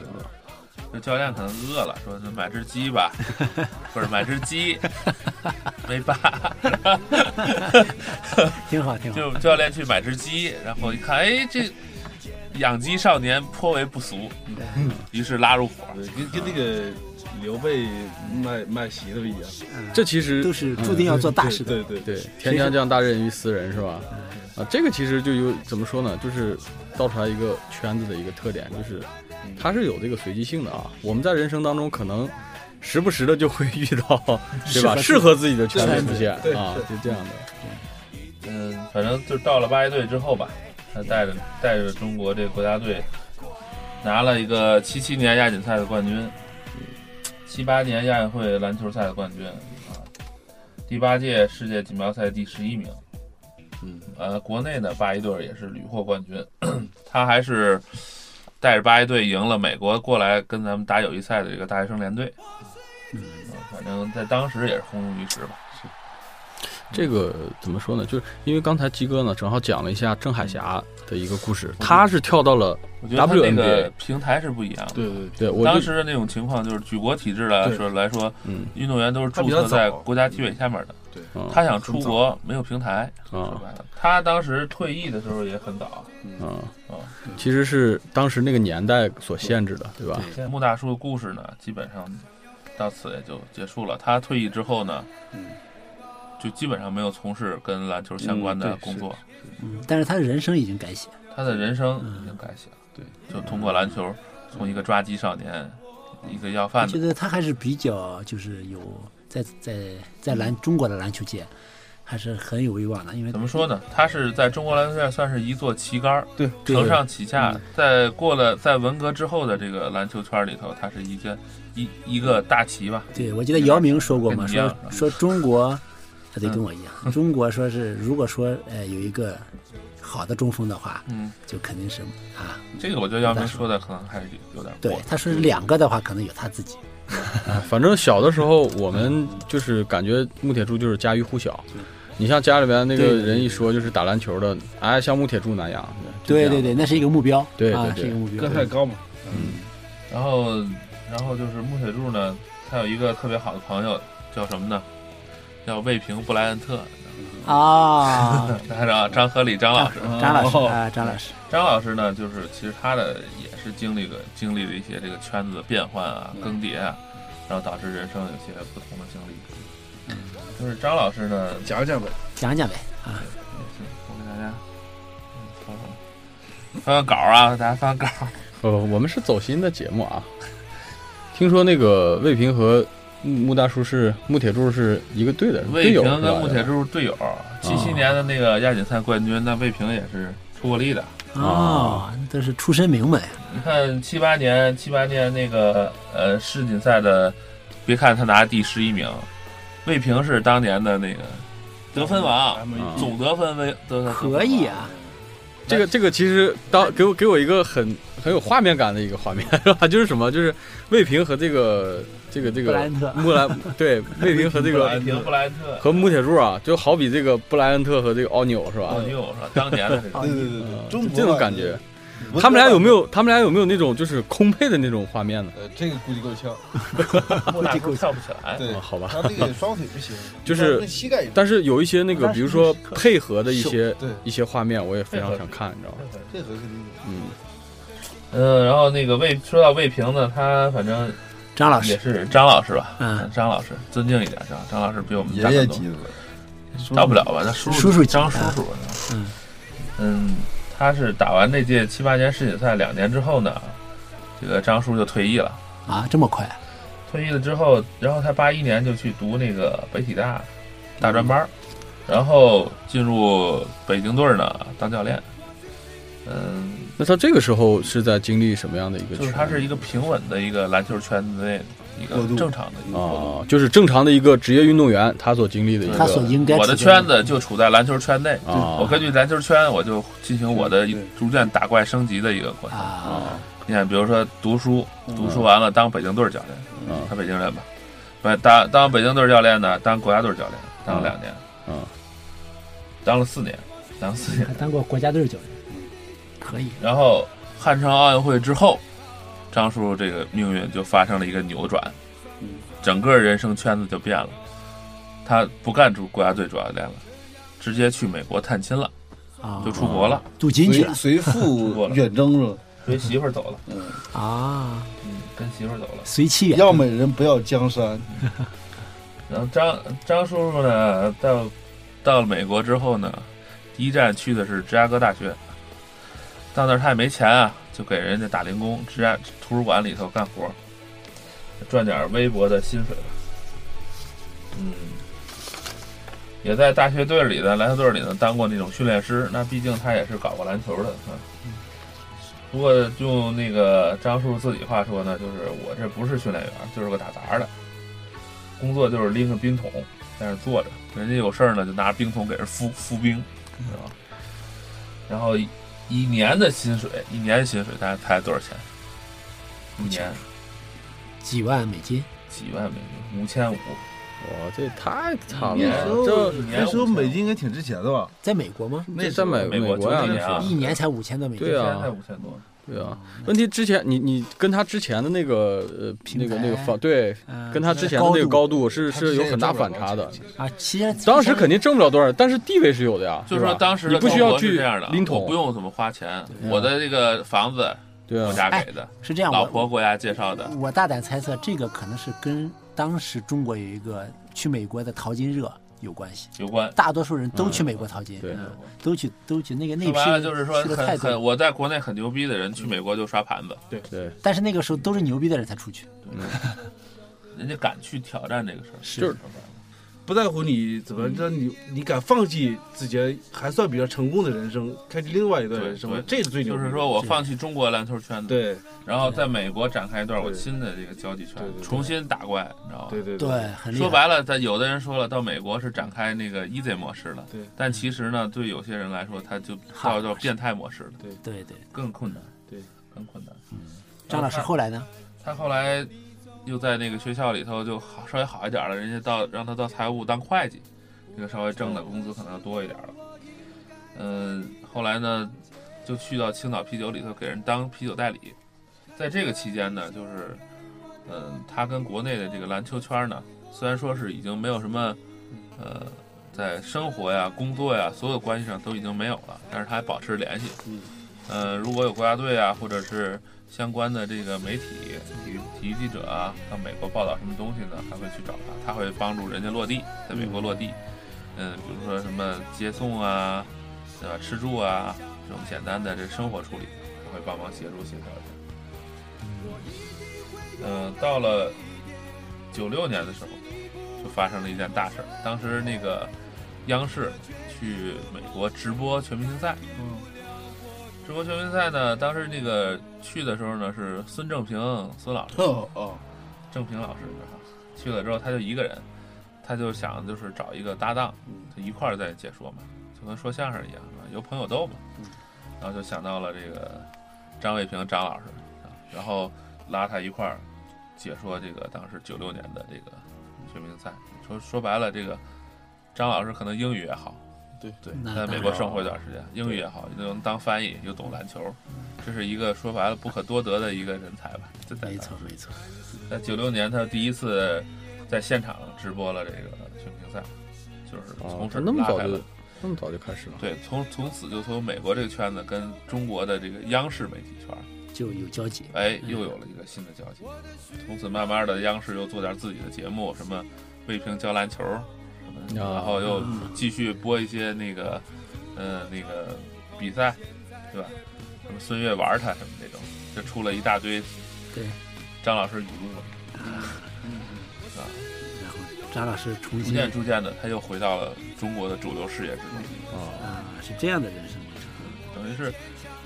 [SPEAKER 2] 那教练可能饿了，说那买只鸡吧，或者买只鸡，没办法，
[SPEAKER 5] 挺好，挺好。
[SPEAKER 2] 就教练去买只鸡，然后一看，哎，这养鸡少年颇为不俗，于是拉入伙。
[SPEAKER 3] 跟跟那个刘备卖卖席的不一样，
[SPEAKER 6] 这其实
[SPEAKER 5] 嗯
[SPEAKER 6] 嗯
[SPEAKER 5] 都是注定要做大事
[SPEAKER 2] 嗯
[SPEAKER 5] 的。
[SPEAKER 3] 对对对，
[SPEAKER 6] 对“天将降大任于斯人”是吧？啊，这个其实就有怎么说呢，就是道出来一个圈子的一个特点，就是它是有这个随机性的啊。我们在人生当中可能时不时的就会遇 到，对吧？适
[SPEAKER 5] 适
[SPEAKER 6] 合自己的圈
[SPEAKER 5] 圈
[SPEAKER 6] 子
[SPEAKER 5] 子
[SPEAKER 6] 出现
[SPEAKER 3] 对
[SPEAKER 6] 啊，就这样的。
[SPEAKER 2] 嗯，反正就到了八届队之后吧，他带着带着中国这个国家队拿了一个七七年亚锦赛的冠军，七八年亚运会篮球赛的冠军啊，第八届世界锦标赛第十一名。
[SPEAKER 3] 嗯，
[SPEAKER 2] 呃，国内呢，八一队也是屡获冠军， 他还是带着八一队赢了美国过来跟咱们打友谊赛的这个大学生联队。嗯，反正在当时也是轰动一时吧。
[SPEAKER 6] 这个怎么说呢？就是因为刚才鸡哥呢，正好讲了一下郑海霞的一个故事，他是跳到了
[SPEAKER 2] 我觉得他那个
[SPEAKER 6] WNBA
[SPEAKER 2] 平台是不一样的。
[SPEAKER 3] 对对对，
[SPEAKER 6] 对我
[SPEAKER 2] 当
[SPEAKER 6] 就
[SPEAKER 2] 时的那种情况就是举国体制来说来说，
[SPEAKER 6] 嗯
[SPEAKER 2] 运动员都是
[SPEAKER 3] 他
[SPEAKER 2] 注
[SPEAKER 3] 比较
[SPEAKER 2] 册在
[SPEAKER 3] 早
[SPEAKER 2] 国家体委下面的。
[SPEAKER 6] 嗯
[SPEAKER 2] 他想出国没有平台，
[SPEAKER 6] 嗯
[SPEAKER 2] 说白了，他当时退役的时候也很早。
[SPEAKER 6] 嗯
[SPEAKER 2] 哦，
[SPEAKER 6] 其实是当时那个年代所限制的，对吧？
[SPEAKER 2] 穆大叔的故事呢，基本上到此也就结束了。他退役之后呢，
[SPEAKER 3] 嗯
[SPEAKER 2] 就基本上没有从事跟篮球相关的
[SPEAKER 3] 嗯对
[SPEAKER 2] 工作，
[SPEAKER 5] 嗯，但是他的人生已经改写，
[SPEAKER 2] 他的人生已经改写了。
[SPEAKER 3] 嗯对，
[SPEAKER 2] 就通过篮球，从一个抓鸡少年，一个要
[SPEAKER 5] 我
[SPEAKER 2] 饭
[SPEAKER 5] 觉
[SPEAKER 2] 的，
[SPEAKER 5] 得他还是比较就是有在在在篮中国的篮球界还是很有威望的，因为
[SPEAKER 2] 怎么说呢？他是在中国篮球界算是一座旗杆儿，
[SPEAKER 3] 对
[SPEAKER 2] 承上启
[SPEAKER 5] 嗯
[SPEAKER 2] 下。在过了在文革之后的这个篮球圈里头，他是一个一一个大旗吧。
[SPEAKER 5] 对我记得姚明说过嘛，
[SPEAKER 2] 跟你一样嗯
[SPEAKER 5] 说说中国，他得跟我一样，中国说是如果说呃有一个好的中锋的话，
[SPEAKER 2] 嗯，
[SPEAKER 5] 就肯定是啊，
[SPEAKER 2] 这个我觉得姚明说的可能还是有点过
[SPEAKER 5] 对，。他说是两个的话，可能有他自己，
[SPEAKER 6] 反正小的时候，我们就是感觉穆铁柱就是家喻户晓。你像家里边那个人一说就是打篮球的，哎，像穆铁柱那样。就这
[SPEAKER 5] 对
[SPEAKER 6] 样
[SPEAKER 5] 对，对，那是一个目标，
[SPEAKER 6] 对
[SPEAKER 5] 啊
[SPEAKER 6] 对，对
[SPEAKER 5] 是一个目标
[SPEAKER 3] 个，太高嘛，
[SPEAKER 2] 然后，然后就是穆铁柱呢，他有一个特别好的朋友，叫什么呢？叫魏平布莱恩特，
[SPEAKER 5] 啊，
[SPEAKER 2] 他让张合理张老师。
[SPEAKER 5] 张老师
[SPEAKER 3] 哦
[SPEAKER 5] 啊，张老师，
[SPEAKER 2] 张老师呢，就是其实他的也是经历了经历了一些这个圈子的变换
[SPEAKER 5] 嗯
[SPEAKER 2] 啊、更迭啊，然后导致人生有些不同的经历。
[SPEAKER 5] 嗯
[SPEAKER 2] 就是张老师呢，
[SPEAKER 3] 讲讲呗，
[SPEAKER 5] 讲讲呗，
[SPEAKER 2] 我给大家嗯翻翻翻翻稿啊，给大家翻稿。
[SPEAKER 6] 呃，我们是走心的节目啊。听说那个魏平和穆大叔是穆铁柱是一个队的队
[SPEAKER 2] 魏
[SPEAKER 6] 友
[SPEAKER 2] 平
[SPEAKER 6] 是吧，
[SPEAKER 2] 跟穆铁柱队友，七七年的那个亚锦赛冠军，那魏平也是出过力的。
[SPEAKER 5] 哦，那都是出身名门，
[SPEAKER 2] 你看七八年，七八年那个呃世锦赛的别看他拿第十一名，魏平是当年的那个得分王，
[SPEAKER 6] 啊
[SPEAKER 2] 总得分为得
[SPEAKER 5] 嗯可以，啊，
[SPEAKER 6] 这个这个其实当给我给我一个很很有画面感的一个画面， 是吧？就是什么？就是魏平和这个这个这
[SPEAKER 5] 布
[SPEAKER 6] 个
[SPEAKER 5] 莱恩特
[SPEAKER 6] 穆兰对魏平和这
[SPEAKER 2] 得
[SPEAKER 6] 个
[SPEAKER 2] 分王布莱恩布莱恩特
[SPEAKER 6] 和穆铁柱啊，就好比这个布莱恩特和这个奥尼尔是吧？
[SPEAKER 2] 奥尼尔是吧？当年的这个
[SPEAKER 3] 对对对对，
[SPEAKER 6] 嗯
[SPEAKER 3] 中国
[SPEAKER 6] 这种
[SPEAKER 3] 吧
[SPEAKER 6] 感觉，，
[SPEAKER 3] 文革
[SPEAKER 6] 他们俩有没
[SPEAKER 3] 吧？
[SPEAKER 6] 有他们俩有没有那种就是空配的那种画面呢？
[SPEAKER 7] 呃，这个估计够呛。
[SPEAKER 2] 莫大叔跳不起来，
[SPEAKER 7] 对
[SPEAKER 6] 啊，好吧
[SPEAKER 7] 他这个双腿不行，
[SPEAKER 3] 嗯
[SPEAKER 6] 就是
[SPEAKER 7] 跟膝盖也不行
[SPEAKER 6] 但是有一些那个，比如说配合的一些
[SPEAKER 7] 对
[SPEAKER 6] 一些画面，我也非常想看，你知道吗？
[SPEAKER 7] 配合肯定有
[SPEAKER 6] 嗯，
[SPEAKER 2] 嗯，然后那个魏说到魏平呢，他反正
[SPEAKER 5] 张老师
[SPEAKER 2] 也，是张老师吧，
[SPEAKER 5] 啊嗯，
[SPEAKER 2] 张老师尊敬一点，张张老师比我们大
[SPEAKER 7] 爷
[SPEAKER 2] 很
[SPEAKER 7] 爷
[SPEAKER 2] 多
[SPEAKER 7] 级，的，
[SPEAKER 2] 到不了吧？那叔
[SPEAKER 5] 叔叔级
[SPEAKER 2] 张叔叔，
[SPEAKER 5] 嗯
[SPEAKER 2] 嗯，他是打完这届七八年世锦赛两年之后呢，这个张叔就退役了。
[SPEAKER 5] 啊，这么快，
[SPEAKER 2] 退役了之后，然后他八一年就去读那个北体大大专班儿，然后进入北京队儿呢当教练。嗯，
[SPEAKER 6] 那他这个时候是在经历什么样的一个
[SPEAKER 2] 就
[SPEAKER 6] 圈
[SPEAKER 2] 是
[SPEAKER 6] 子？
[SPEAKER 2] 他是一个平稳的一个篮球圈子内一个
[SPEAKER 7] 过渡
[SPEAKER 2] 正常的一个过渡。
[SPEAKER 6] 啊，就是正常的一个职业运动员他所经历的一个
[SPEAKER 5] 他所应该
[SPEAKER 2] 我的
[SPEAKER 5] 体现
[SPEAKER 2] 圈子就处在篮球圈内，
[SPEAKER 6] 啊，
[SPEAKER 2] 我根据篮球圈，我就进行我的一
[SPEAKER 7] 对
[SPEAKER 2] 逐渐打怪升级的一个过程。
[SPEAKER 5] 啊，
[SPEAKER 2] 你看，比如说读书，读书完了当北京队儿教练，
[SPEAKER 6] 嗯
[SPEAKER 2] 他北京人吧，不当当北京队儿教练呢，当国家队儿教练当了两年，
[SPEAKER 6] 嗯嗯
[SPEAKER 2] 当了四年，当了四年
[SPEAKER 5] 还，当过国家队教练，可以，
[SPEAKER 2] 然后汉城奥运会之后，张叔叔这个命运就发生了一个扭转，整个人生圈子就变了，他不干主国家队主教练了，直接去美国探亲了，
[SPEAKER 6] 嗯
[SPEAKER 5] 啊，
[SPEAKER 2] 就出国了，
[SPEAKER 5] 镀金去了
[SPEAKER 7] 随随父
[SPEAKER 6] 啊
[SPEAKER 7] 远征是吧？
[SPEAKER 2] 随媳妇儿走了，
[SPEAKER 7] 嗯，
[SPEAKER 5] 啊，
[SPEAKER 2] 嗯，跟媳妇儿走了。
[SPEAKER 5] 随气远
[SPEAKER 7] 要美人不要江山，
[SPEAKER 2] 然后张张叔叔呢，到到了美国之后呢，第一站去的是芝加哥大学。到那儿他也没钱啊，就给人家打零工，芝加图书馆里头干活，赚点微薄的薪水吧。嗯，也在大学队里呢，篮球队里呢当过那种训练师。那毕竟他也是搞过篮球的，嗯。不过用那个张叔叔自己话说呢，就是我这不是训练员，就是个打杂的。工作就是拎个冰桶在那儿坐着，人家有事儿呢就拿冰桶给人敷敷冰，
[SPEAKER 6] 嗯
[SPEAKER 2] 是吧？然后一一年的薪水，一年薪水大概才多少钱？一年
[SPEAKER 5] 几万美金，
[SPEAKER 2] 几万美金，五千五。
[SPEAKER 6] 哇，这太惨
[SPEAKER 2] 一年
[SPEAKER 6] 了，
[SPEAKER 2] 这
[SPEAKER 6] 这
[SPEAKER 2] 一
[SPEAKER 7] 那
[SPEAKER 2] 年
[SPEAKER 7] 时候
[SPEAKER 2] 五千
[SPEAKER 7] 美金应该挺值钱的吧？
[SPEAKER 5] 在美国吗？
[SPEAKER 6] 那在美
[SPEAKER 2] 美国
[SPEAKER 6] 国呀
[SPEAKER 2] 九几，年啊
[SPEAKER 5] 一年才五千多美金，
[SPEAKER 6] 对啊
[SPEAKER 2] 现在才五千多，
[SPEAKER 6] 对
[SPEAKER 7] 哦
[SPEAKER 6] 啊。问题之前你你跟他之前的那个呃
[SPEAKER 5] 平
[SPEAKER 6] 那个那个
[SPEAKER 5] 台
[SPEAKER 6] 方对，
[SPEAKER 7] 啊
[SPEAKER 5] 嗯
[SPEAKER 6] 跟他之前的那个高度是
[SPEAKER 7] 他
[SPEAKER 6] 是
[SPEAKER 7] 之
[SPEAKER 6] 有
[SPEAKER 7] 前
[SPEAKER 6] 很大
[SPEAKER 7] 也挣
[SPEAKER 6] 反
[SPEAKER 7] 不了
[SPEAKER 6] 差
[SPEAKER 7] 多
[SPEAKER 6] 的
[SPEAKER 7] 少。钱
[SPEAKER 5] 啊，其实
[SPEAKER 6] 当时肯定挣不了多少，但是地位是有的呀。
[SPEAKER 2] 就是
[SPEAKER 6] 吧
[SPEAKER 2] 说当时
[SPEAKER 6] 你
[SPEAKER 2] 的
[SPEAKER 6] 不需
[SPEAKER 2] 中
[SPEAKER 6] 要
[SPEAKER 2] 国是
[SPEAKER 6] 去
[SPEAKER 2] 这样的，
[SPEAKER 6] 拎桶
[SPEAKER 2] 我不用怎么花钱，
[SPEAKER 6] 啊
[SPEAKER 2] 我的这个房子
[SPEAKER 6] 对
[SPEAKER 2] 国
[SPEAKER 6] 啊，
[SPEAKER 2] 家给
[SPEAKER 7] 哎
[SPEAKER 2] 的，
[SPEAKER 5] 是这样，
[SPEAKER 2] 老
[SPEAKER 5] 我
[SPEAKER 2] 婆国家介绍的，
[SPEAKER 5] 我大胆猜测，这个可能是跟当时中国有一个去美国的淘金热有关系。
[SPEAKER 2] 有关。
[SPEAKER 5] 大多数人都去美国淘金，
[SPEAKER 6] 对
[SPEAKER 5] 嗯都去都去那个那
[SPEAKER 2] 说白了
[SPEAKER 5] 批
[SPEAKER 2] 就是说
[SPEAKER 5] 去的太
[SPEAKER 2] 很
[SPEAKER 5] 多
[SPEAKER 2] 很，
[SPEAKER 5] 了，
[SPEAKER 2] 我在国内很牛逼的人去美国就刷盘子，
[SPEAKER 6] 对，
[SPEAKER 5] 但是那个时候都是牛逼的人才出去。
[SPEAKER 2] 人家敢去挑战这个事儿，
[SPEAKER 6] 就是
[SPEAKER 2] 说白了
[SPEAKER 3] 不在乎你怎
[SPEAKER 7] 嗯
[SPEAKER 3] 么着，你你敢放弃自己还算比较成功的人生，开启另外一段人生
[SPEAKER 2] 对，
[SPEAKER 3] 这是最牛
[SPEAKER 2] 就
[SPEAKER 3] 逼的。
[SPEAKER 2] 是说我放弃中国篮球圈子，
[SPEAKER 3] 对
[SPEAKER 2] 然后在美国展开一段我新的这个交际圈
[SPEAKER 3] 对对，对
[SPEAKER 2] 重新打怪，你知道
[SPEAKER 3] 对
[SPEAKER 2] 吗？
[SPEAKER 3] 对
[SPEAKER 5] 对，很厉害。
[SPEAKER 2] 说白了，在有的人说了，到美国是展开那个 easy 模式了，
[SPEAKER 3] 对
[SPEAKER 2] 但其实呢，对有些人来说，他就到到变态模式了，
[SPEAKER 5] 对对，
[SPEAKER 2] 更困难，
[SPEAKER 3] 对，
[SPEAKER 2] 更困难。
[SPEAKER 5] 张老师后来呢？
[SPEAKER 2] 他后来又在那个学校里头就好稍微好一点了，人家到让他到财务当会计，这个稍微挣的工资可能要多一点了。嗯，后来呢，就去到青岛啤酒里头给人当啤酒代理。在这个期间呢，就是嗯，他跟国内的这个篮球圈呢，虽然说是已经没有什么呃。在生活呀、工作呀，所有关系上都已经没有了，但是他还保持联系。嗯，呃，如果有国家队啊，或者是相关的这个媒体、体育体育记者啊，到美国报道什么东西呢，还会去找他，他会帮助人家落地，在美国落地。嗯，比如说什么接送啊，对吧？吃住啊，这种简单的这生活处理，他会帮忙协助协调一下。嗯，到了九六年的时候，就发生了一件大事儿。当时那个央视去美国直播全明星赛，直播全明星赛呢，当时那个去的时候呢是孙正平、孙老师、
[SPEAKER 7] 哦哦，
[SPEAKER 2] 郑平老师，去了之后他就一个人，他就想就是找一个搭档，
[SPEAKER 5] 嗯
[SPEAKER 2] 就一块儿在解说嘛，就跟说相声一样啊，有朋友逗嘛。
[SPEAKER 5] 嗯
[SPEAKER 2] 然后就想到了这个张卫平张老师，啊然后拉他一块儿解说这个当时九六年的这个全明星赛。说说白了，这个张老师可能英语也好，
[SPEAKER 6] 对
[SPEAKER 2] 对，
[SPEAKER 5] 那
[SPEAKER 2] 在
[SPEAKER 5] 嗯当
[SPEAKER 2] 美国
[SPEAKER 5] 然
[SPEAKER 2] 生活一段时间，英语也好，又能当翻译，又懂篮球，
[SPEAKER 5] 嗯
[SPEAKER 2] 这是一个说白了不可多得的一个人才吧。这在
[SPEAKER 5] 没错没错，
[SPEAKER 2] 在九六年，他第一次在现场直播了这个全明星赛，就是从，
[SPEAKER 6] 哦
[SPEAKER 2] 这
[SPEAKER 6] 他
[SPEAKER 2] 儿
[SPEAKER 6] 那么
[SPEAKER 2] 拉
[SPEAKER 6] 早
[SPEAKER 2] 开了
[SPEAKER 6] 就那么早就开始了，
[SPEAKER 2] 对，从从此就从美国这个圈子跟中国的这个央视媒体圈，
[SPEAKER 5] 就有交集。
[SPEAKER 2] 哎，
[SPEAKER 6] 嗯
[SPEAKER 2] 又有了一个新的交集。从此慢慢的，央视又做点自己的节目，什么卫平教篮球，什么的，
[SPEAKER 6] 啊
[SPEAKER 2] 然后又继续播一些那个，呃，那个比赛，对吧？什么孙悦玩他什么这种，就出了一大堆
[SPEAKER 5] 对，
[SPEAKER 2] 张老师语录嘛。
[SPEAKER 5] 然后张老师重
[SPEAKER 2] 逐
[SPEAKER 5] 新
[SPEAKER 2] 渐逐渐的，他又回到了中国的主流视野之中。
[SPEAKER 6] 嗯
[SPEAKER 5] 啊，是这样的人生模式。
[SPEAKER 2] 等于是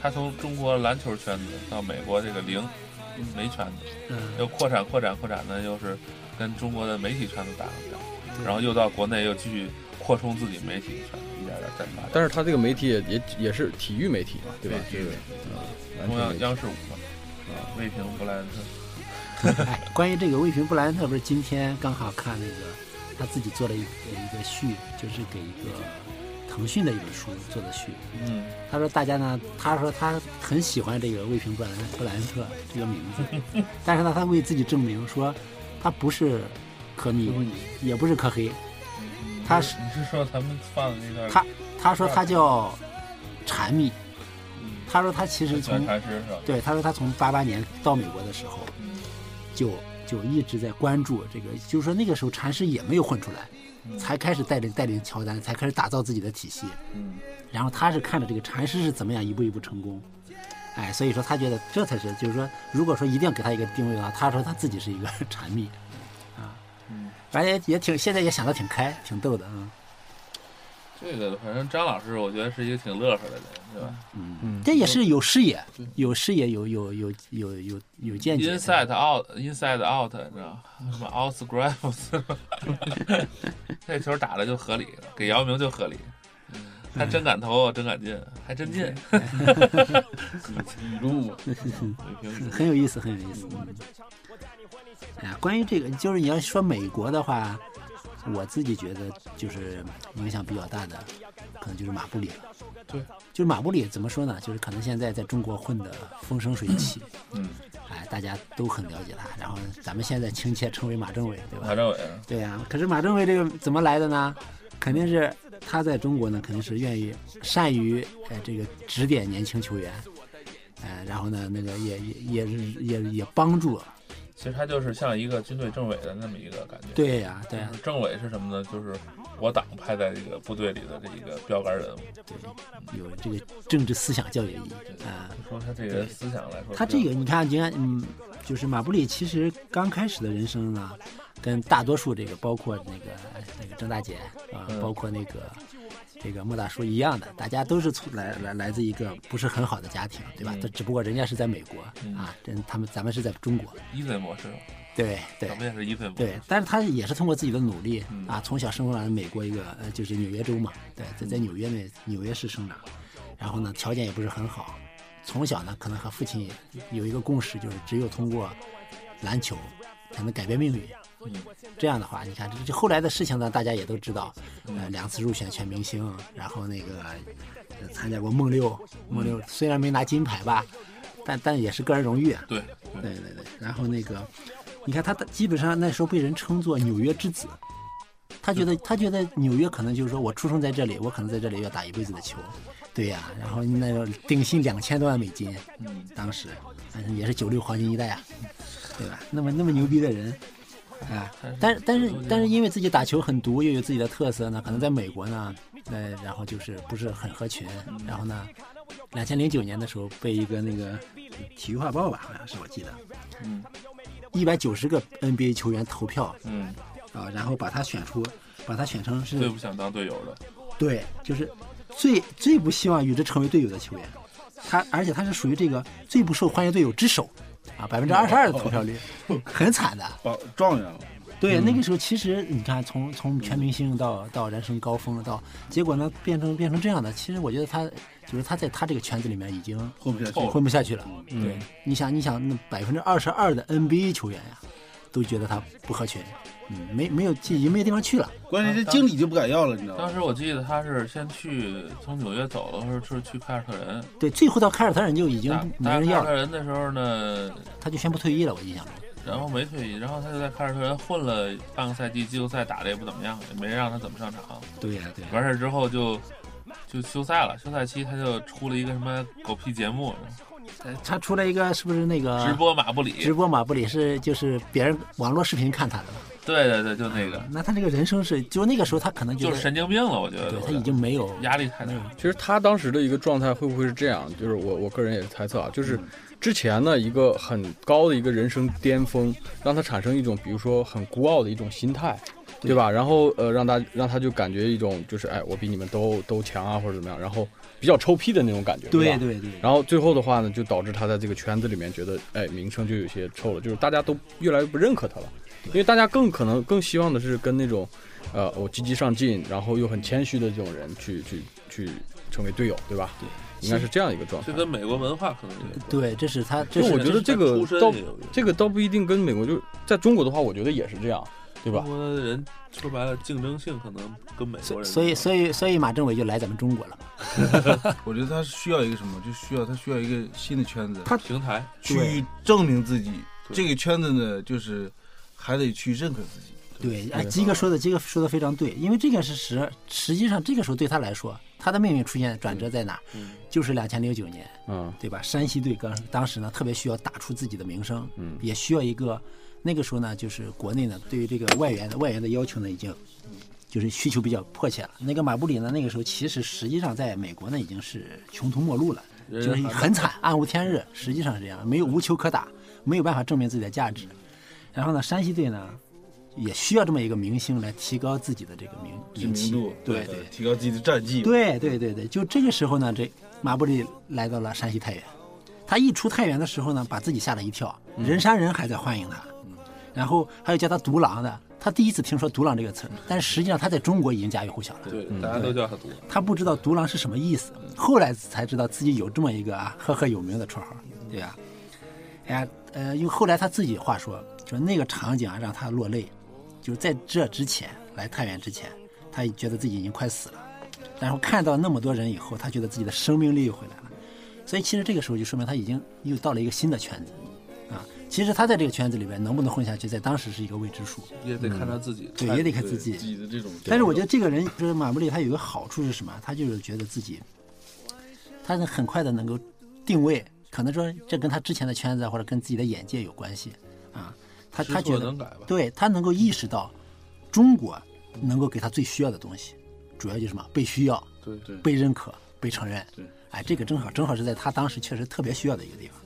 [SPEAKER 2] 他从中国篮球圈子到美国这个零媒圈子，
[SPEAKER 5] 嗯，
[SPEAKER 2] 又扩展扩展扩展呢，又是跟中国的媒体圈子打了
[SPEAKER 6] 嗯
[SPEAKER 2] 架，然后又到国内又继续扩充自己媒体的圈子，一点点再发展。
[SPEAKER 6] 但是他这个媒体也也也是体育媒体嘛，对吧？
[SPEAKER 2] 对对
[SPEAKER 6] 篮球
[SPEAKER 2] 中央
[SPEAKER 6] 媒体
[SPEAKER 2] 央视五嘛，卫平布莱恩特，
[SPEAKER 5] 哎， 关于这个卫平布莱恩特，不是今天刚好看那个他自己做了一一个序，就是给一个腾讯的一本书做的序。
[SPEAKER 2] 嗯，
[SPEAKER 5] 他说大家呢，他说他很喜欢这个卫平布莱布莱恩特这个名字，但是呢，他为自己证明说他不是科密，也不是科黑，他是
[SPEAKER 2] 嗯你是说咱们放的那段
[SPEAKER 5] 他他说他叫禅密，
[SPEAKER 2] 嗯
[SPEAKER 5] 他说他其实
[SPEAKER 2] 全
[SPEAKER 5] 从
[SPEAKER 2] 禅师是吧？
[SPEAKER 5] 对，他说他从八八年到美国的时候，就就一直在关注这个，就是说那个时候禅师也没有混出来，才开始带领带领乔丹，才开始打造自己的体系。
[SPEAKER 2] 嗯，
[SPEAKER 5] 然后他是看着这个禅师是怎么样一步一步成功，哎，所以说他觉得这才是，就是说，如果说一定要给他一个定位的话，他说他自己是一个 禅密，啊，反正也也挺现在也想的挺开，挺逗的啊，
[SPEAKER 2] 这个反正张老师，我觉得是一个挺乐呵的人，对吧
[SPEAKER 5] 这也是有视野，有视野，有有有有有有见解。
[SPEAKER 2] ？Inside out，Inside out，你知道吗什么 out scrambles，这球打的就合理了，给姚明就合理。
[SPEAKER 5] 嗯
[SPEAKER 2] 还真敢投，真敢进，还真进。
[SPEAKER 5] 嗯
[SPEAKER 7] 语录嘛，
[SPEAKER 5] 很有意思，很有意思。嗯哎呀，关于这个，就是你要说美国的话，我自己觉得就是影响比较大的，可能就是马布里了。
[SPEAKER 2] 对，
[SPEAKER 5] 就是马布里怎么说呢？就是可能现在在中国混的风生水起，
[SPEAKER 2] 嗯，
[SPEAKER 5] 哎，大家都很了解他。然后咱们现在亲切称为马政委，对吧？
[SPEAKER 2] 马政委，
[SPEAKER 5] 对呀、可是马政委这个怎么来的呢？肯定是他在中国呢，肯定是愿意善于呃这个指点年轻球员，呃，然后呢那个也也也是也也帮助，
[SPEAKER 2] 其实他就是像一个军队政委的那么一个感觉。，
[SPEAKER 5] 对呀、对呀、
[SPEAKER 2] 政委是什么呢？就是我党派在这个部队里的这一个标杆人物。
[SPEAKER 5] 对，有这个政治思想教育意义啊、
[SPEAKER 2] 就说他这个人思想来说，
[SPEAKER 5] 他这个你看，你看，嗯，就是马布里其实刚开始的人生呢，跟大多数这个包括那个哎那个郑大姐啊、
[SPEAKER 2] 嗯
[SPEAKER 5] 包括那个这个莫大叔一样的，大家都是从来来来自一个不是很好的家庭，对吧？
[SPEAKER 2] 嗯
[SPEAKER 5] 这、只不过人家是在美国、
[SPEAKER 2] 嗯
[SPEAKER 5] 啊，人他们咱们是在中国，
[SPEAKER 2] 伊森模式，
[SPEAKER 5] 对对
[SPEAKER 2] 咱们也是伊森模式。嗯
[SPEAKER 5] 对，但是他也是通过自己的努力啊，从小生长在美国一个呃，就是纽约州嘛，对，在在纽约那纽约市生长，然后呢条件也不是很好，从小呢可能和父亲也有一个共识，就是只有通过篮球才能改变命运。
[SPEAKER 2] 嗯
[SPEAKER 5] 这样的话，你看这这后来的事情呢，大家也都知道，
[SPEAKER 2] 嗯
[SPEAKER 5] 呃，两次入选全明星，然后那个、呃参加过梦六，梦
[SPEAKER 2] 嗯
[SPEAKER 5] 六虽然没拿金牌吧，但但也是个人荣誉啊。
[SPEAKER 2] 对
[SPEAKER 5] 对对对，然后那个，你看他的基本上那时候被人称作纽约之子，他觉得他觉得纽约可能就是说我出生在这里，我可能在这里要打一辈子的球，对呀、然后那个定薪两千多万美金，嗯，当时反正也是九六黄金一代啊，对吧？那么那么牛逼的人。啊，但是但是但是因为自己打球很独，又有自己的特色呢，可能在美国呢，呃，然后就是不是很合群，然后呢，两千零九年的时候被一个那个体育画报吧，好像是我记得，
[SPEAKER 2] 嗯，
[SPEAKER 5] 一百九十个 NBA 球员投票
[SPEAKER 2] 嗯，
[SPEAKER 5] 啊，然后把他选出，把他选成是
[SPEAKER 2] 最不想当队友的，
[SPEAKER 5] 对，就是最最不希望与之成为队友的球员，他而且他是属于这个最
[SPEAKER 2] 哦
[SPEAKER 5] 不受欢迎队友之首啊，百分之二十二的投票率，很惨的。
[SPEAKER 7] 把状元了，
[SPEAKER 2] 嗯
[SPEAKER 5] 对，那个时候其实你看，从从全明星到到人生高峰，到结果呢变成变成这样的，其实我觉得他就是他在他这个圈子里面已经
[SPEAKER 7] 混不下去。
[SPEAKER 5] 混不下去了。
[SPEAKER 2] 嗯
[SPEAKER 5] 对，你想你想，那百分之二十二的 NBA 球员呀，都觉得他不合群，嗯，没没有已经没有地方去了。
[SPEAKER 7] 关键这经理就不敢要了，你知道
[SPEAKER 2] 当
[SPEAKER 7] 吗？
[SPEAKER 2] 时我记得他是先去从纽约走的时候是去凯尔特人，
[SPEAKER 5] 对，最后到凯尔特人就已经
[SPEAKER 2] 打
[SPEAKER 5] 没
[SPEAKER 2] 打
[SPEAKER 5] 人
[SPEAKER 2] 凯
[SPEAKER 5] 要
[SPEAKER 2] 尔
[SPEAKER 5] 了，
[SPEAKER 2] 特人的时候呢，
[SPEAKER 5] 他就宣布退役了。我印象中，
[SPEAKER 2] 然后没退役，然后他就在凯尔特人混了半个赛季，季后赛打的也不怎么样，也没人让他怎么上场。
[SPEAKER 5] 对呀、对呀、
[SPEAKER 2] 完事儿之后就就休赛了，休赛期他就出了一个什么狗屁节目，
[SPEAKER 5] 呃他出了一个是不是那个
[SPEAKER 2] 直播马布里，
[SPEAKER 5] 啊直播马布里是就是别人网络视频看他的吧？
[SPEAKER 2] 对对对，就那个，
[SPEAKER 5] 那他这个人生是，就那个时候他可能觉
[SPEAKER 2] 就
[SPEAKER 5] 得
[SPEAKER 2] 是神经病了，我觉得
[SPEAKER 5] 对他已经嗯没有
[SPEAKER 2] 压力太大。
[SPEAKER 6] 其实他当时的一个状态会不会是这样？就是我我个人也是猜测啊，就是之前呢一个很高的一个人生巅峰，让他产生一种比如说很孤傲的一种心态，对吧？然后呃让他让他就感觉一种就是哎我比你们都都强啊或者怎么样，然后比较臭屁的那种感觉，吧？
[SPEAKER 5] 对对
[SPEAKER 6] 然后最后的话呢，就导致他在这个圈子里面觉得，哎，名声就有些臭了，就是大家都越来越不认可他了，因为大家更可能更希望的是跟那种，呃，我积极上进，然后又很谦虚的这种人去去去成为队友，对吧？对，应该是这样一个状态
[SPEAKER 2] 这。跟美国文化可能有关。
[SPEAKER 5] 对，这是他，这
[SPEAKER 6] 就是我觉得这个
[SPEAKER 2] 出身
[SPEAKER 6] 倒
[SPEAKER 2] 也有关
[SPEAKER 6] 这个倒不一定跟美国，就在中国的话，我觉得也是这样，对吧
[SPEAKER 2] 中？国的人说白了，竞争性可能跟美国
[SPEAKER 5] 所
[SPEAKER 2] 人
[SPEAKER 5] 所以所以所以马政委就来咱们中国了嘛。
[SPEAKER 7] 我觉得他是需要一个什么，就需要他需要一个新的圈子，
[SPEAKER 2] 平台
[SPEAKER 5] 对
[SPEAKER 7] 去证明自己。
[SPEAKER 2] 对
[SPEAKER 7] 这个圈子呢，就是还得去认可自己。
[SPEAKER 5] 对，哎，鸡哥说的，鸡哥说的非常对，因为这个是实，实际上这个时候对他来说，他的命运出现转折在哪儿？就是两千零九年，
[SPEAKER 6] 嗯，
[SPEAKER 5] 对吧？山西队刚当时呢特别需要打出自己的名声，嗯，也需要一个那个时候呢，就是国内呢对于这个外援的外援的要求呢已经就是需求比较迫切了。那个马布里呢，那个时候其实实际上在美国呢已经是穷途末路了，就是很惨，暗无天日，实际上是这样，没有无球可打，没有办法证明自己的价值。然后呢，山西队呢也需要这么一个明星来提高自己的这个名
[SPEAKER 7] 知
[SPEAKER 5] 名气
[SPEAKER 7] 名度，，
[SPEAKER 5] 对
[SPEAKER 7] 呃
[SPEAKER 5] 对
[SPEAKER 7] 提高自己的战绩。，
[SPEAKER 5] 对对对对，就这个时候呢，这马布里来到了山西太原。他一出太原的时候呢，把自己吓了一跳，人山人海在欢迎他，然后还有叫他“独狼”的。他第一次听说“独狼”这个词儿，但实际上他在中国已经家喻户晓了。
[SPEAKER 2] 对，大家都叫他毒。
[SPEAKER 5] 他不知道“独狼”是什么意思，后来才知道自己有这么一个啊赫赫有名的绰号，对吧、哎呀，呃，用后来他自己话说，就是那个场景啊让他落泪，就是在这之前来太原之前，他觉得自己已经快死了，然后看到那么多人以后，他觉得自己的生命力又回来了，所以其实这个时候就说明他已经又到了一个新的圈子，啊，其实他在这个圈子里边能不能混下去，在当时是一个未知数，
[SPEAKER 2] 也得看他自己。
[SPEAKER 5] 对，也得看自己。
[SPEAKER 7] 自己的这种。
[SPEAKER 5] 但是我觉得这个人就是马布里，他有一个好处是什么？他就是觉得自己，他能很快的能够定位，可能说这跟他之前的圈子啊或者跟自己的眼界有关系啊。他他觉
[SPEAKER 2] 错
[SPEAKER 5] 得
[SPEAKER 2] 能改吧
[SPEAKER 5] 对他能够意识到中国能够给他最需要的东西，主要就是什么被需要、
[SPEAKER 2] 对对，
[SPEAKER 5] 被认可、被承认。哎，这个正好正好是在他当时确实特别需要的一个地方。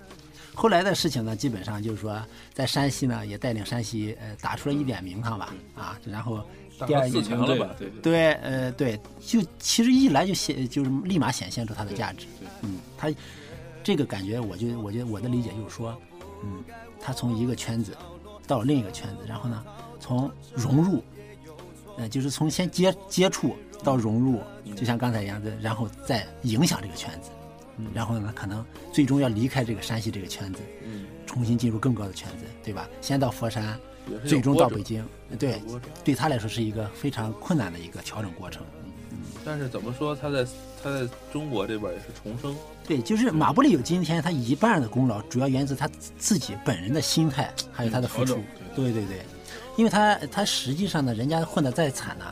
[SPEAKER 5] 后来的事情呢，基本上就是说，在山西呢也带领山西呃打出了一点名堂吧，啊，然后第二
[SPEAKER 2] 四
[SPEAKER 5] 年
[SPEAKER 2] 强了吧？对
[SPEAKER 5] 对，呃，对，就其实一来就显，就是立马显现出它的价值。嗯，他这个感觉，我就我觉得我的理解就是说，嗯，他从一个圈子到另一个圈子，然后呢，从融入，呃，就是从先接接触到融入，就像刚才一样的，然后再影响这个圈子，
[SPEAKER 2] 嗯
[SPEAKER 5] 然后呢，可能最终要离开这个山西这个圈子，
[SPEAKER 2] 嗯
[SPEAKER 5] 重新进入更高的圈子，对吧？先到佛山，最终到北京，对，对他来说是一个非常困难的一个调整过程。
[SPEAKER 2] 但是怎么说，他在他在中国这边也是重生，
[SPEAKER 5] 对，就是马布里有今天，他一半的功劳主要源自他自己本人的心态，还有他的付出。对对对，因为他他实际上呢，人家混得再惨呢、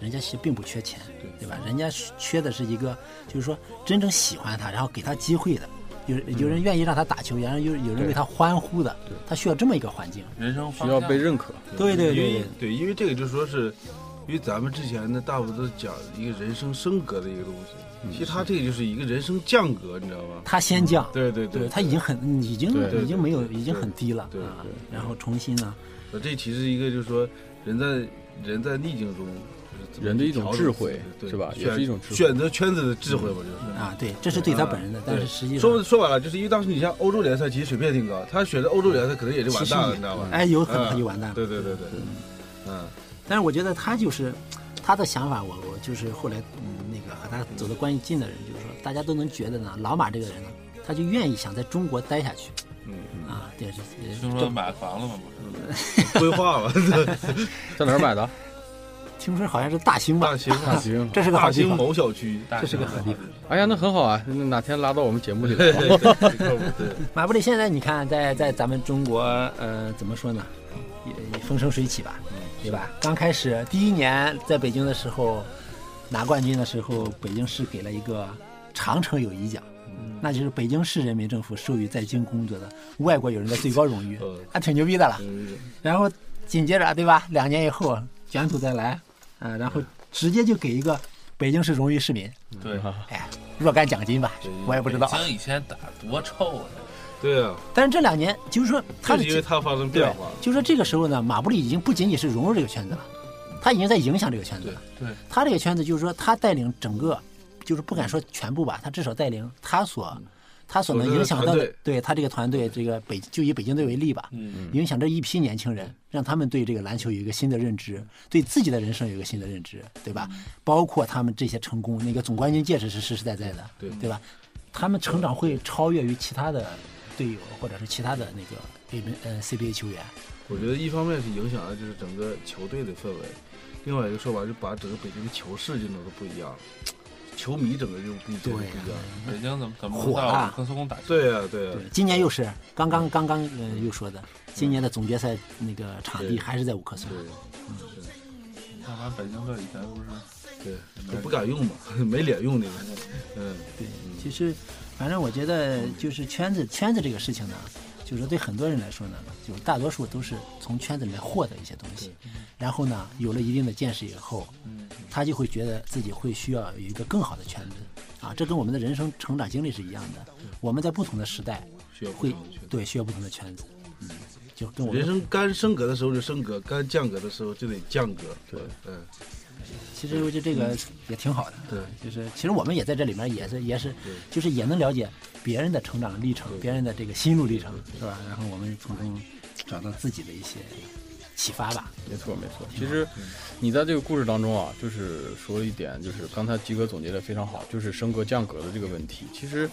[SPEAKER 5] 人家是并不缺钱，对吧？人家是缺的是一个，就是说真正喜欢他，然后给他机会的，有有人愿意让他打球，然后有有人为他欢呼的，他需要这么一个环境。
[SPEAKER 2] 人生方
[SPEAKER 6] 需要
[SPEAKER 2] 向
[SPEAKER 6] 被认可。
[SPEAKER 5] 对对
[SPEAKER 7] 因
[SPEAKER 5] 对
[SPEAKER 7] 为对，因为这个就说是，因为咱们之前的大部分都讲一个人生升格的一个东
[SPEAKER 3] 嗯
[SPEAKER 7] 西，其实他这个就是一个人生降格，你知道吗？
[SPEAKER 5] 他先降，
[SPEAKER 7] 对对
[SPEAKER 5] 对他已经很已经
[SPEAKER 6] 对对
[SPEAKER 5] 已经没有已经很低了
[SPEAKER 7] 对对
[SPEAKER 5] 啊
[SPEAKER 7] 对，
[SPEAKER 5] 然后重新呢，
[SPEAKER 7] 呃这其实一个就是说人在人在逆境中，就是怎么
[SPEAKER 6] 人的
[SPEAKER 7] 去
[SPEAKER 6] 一种
[SPEAKER 7] 调整
[SPEAKER 6] 智
[SPEAKER 7] 自
[SPEAKER 6] 慧
[SPEAKER 7] 己对
[SPEAKER 6] 是吧也
[SPEAKER 7] 选
[SPEAKER 6] 是一种智慧
[SPEAKER 7] 选择圈子的智慧吧，就是。
[SPEAKER 5] 啊，对，这是对他本人的，但是实际上
[SPEAKER 7] 说说白了，就是因为当时你像欧洲联赛，其实水平也挺高，他选择欧洲联赛可能也就完蛋了，你知道吧？
[SPEAKER 5] 哎，有可能他
[SPEAKER 7] 嗯
[SPEAKER 5] 就完蛋了。
[SPEAKER 7] 对对对对，
[SPEAKER 3] 嗯，
[SPEAKER 5] 但是我觉得他就是他的想法我，我就是后来嗯那个和他走的关系近的人，就是说大家都能觉得呢，老马这个人呢，他就愿意想在中国待下去。嗯啊，对，是也是
[SPEAKER 2] 听说买房了吗？不是，
[SPEAKER 7] 嗯
[SPEAKER 3] 规划吧，
[SPEAKER 6] 在哪儿买 的？
[SPEAKER 5] 听说好像是大兴吧
[SPEAKER 3] 大，兴，
[SPEAKER 6] 大兴。
[SPEAKER 5] 这是个好
[SPEAKER 3] 大
[SPEAKER 5] 地
[SPEAKER 3] 兴
[SPEAKER 5] 方，
[SPEAKER 3] 某小区，
[SPEAKER 2] 大
[SPEAKER 5] 这是个好地方。
[SPEAKER 6] 哎呀，那很好啊，那哪天拉到我们节目里 来吧。
[SPEAKER 5] 马布里现在你看在，在咱们中国，呃，怎么说呢，也也风生水起吧，对吧？刚开始第一年在北京的时候，拿冠军的时候，北京市给了一个长城友谊奖，那就是北京市人民政府授予在京工作的外国友人的最高荣誉，还挺牛逼的了。
[SPEAKER 3] 嗯
[SPEAKER 5] 然后紧接着，对吧？两年以后卷土再来，啊、然后直接就给一个北京市荣誉市民，
[SPEAKER 2] 对，
[SPEAKER 5] 哎，若干奖金吧，我也不知道。
[SPEAKER 2] 北京以前打多臭啊！
[SPEAKER 3] 对啊，
[SPEAKER 5] 但是这两年就是说他
[SPEAKER 3] 就
[SPEAKER 5] 的
[SPEAKER 3] 是因为他发生变化，
[SPEAKER 5] 就说这个时候呢，马布里已经不仅仅是融入这个圈子了，他已经在影响这个圈子了。
[SPEAKER 2] 对对
[SPEAKER 5] 他这个圈子就是说，他带领整个，就是不敢说全部吧，他至少带领他所他所能影响到
[SPEAKER 3] 所
[SPEAKER 5] 的
[SPEAKER 3] 在的团，
[SPEAKER 5] 对他这个团队，这个北就以北京队为例吧，嗯，影响这一批年轻人，让他们对这个篮球有一个新的认知，对自己的人生有一个新的认知，对吧？包括他们这些成功，那个总冠军戒指是实实在在的，对对吧？他们成长会超越于其他的队友或者是其他的那个 A 呃 CBA 球员，
[SPEAKER 3] 我觉得一方面是影响了就是整个球队的氛围，另外一个说法就把整个北京的球市就弄得不一样了，球迷整个就不一
[SPEAKER 5] 对
[SPEAKER 3] 样，不一样。
[SPEAKER 2] 北京怎么怎么
[SPEAKER 5] 火
[SPEAKER 2] 到
[SPEAKER 5] 了
[SPEAKER 2] 跟松工打球？
[SPEAKER 3] 对啊，对啊
[SPEAKER 5] 对，，今年又是刚刚刚刚呃又说的，今年的总决赛那个场地还是在五棵松，
[SPEAKER 2] 要不然北京队以前不是
[SPEAKER 3] 对，就不敢用嘛，没脸用那个，嗯，
[SPEAKER 5] 对，其实，反正我觉得就是圈子圈子这个事情呢，就是对很多人来说呢，就是大多数都是从圈子里面获得一些东西，然后呢，有了一定的见识以后，
[SPEAKER 3] 嗯
[SPEAKER 5] 他就会觉得自己会需要有一个更好的圈子啊，这跟我们的人生成长经历是一样的，我们在不同的时代
[SPEAKER 3] 需要不
[SPEAKER 5] 会
[SPEAKER 3] 同的圈子
[SPEAKER 5] 对需要不同的圈子，嗯，就跟我们
[SPEAKER 3] 人生该升格的时候就升格，该降格的时候就得降格。对，嗯，
[SPEAKER 5] 其实我觉得这个也挺好的，
[SPEAKER 3] 对，
[SPEAKER 5] 就是其实我们也在这里面也是也是，就是也能了解别人的成长历程，别人的这个心路历程，是吧？然后我们从中找到自己的一些启发吧。
[SPEAKER 6] 没错，没错。其实你在这个故事当中啊，就是说了一点，就是刚才吉哥总结的非常好，就是升格降格的这个问题。其实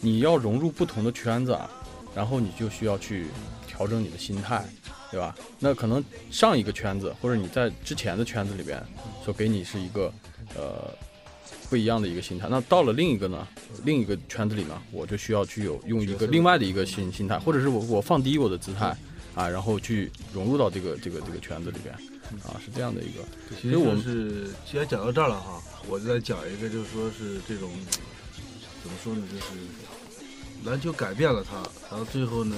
[SPEAKER 6] 你要融入不同的圈子啊，然后你就需要去调整你的心态，对吧？那可能上一个圈子或者你在之前的圈子里边所给你是一个呃不一样的一个心态。那到了另一个呢，另一个圈子里呢，我就需要去有用一个另外的一个心心态，或者是我我放低我的姿态啊，然后去融入到这个这个这个圈子里边啊，是这样的一个。
[SPEAKER 3] 其实
[SPEAKER 6] 实我
[SPEAKER 3] 就
[SPEAKER 6] 们
[SPEAKER 3] 是既然讲到这儿了哈，我就再讲一个，就是说是这种怎么说呢，就是篮球改变了他，然后最后呢，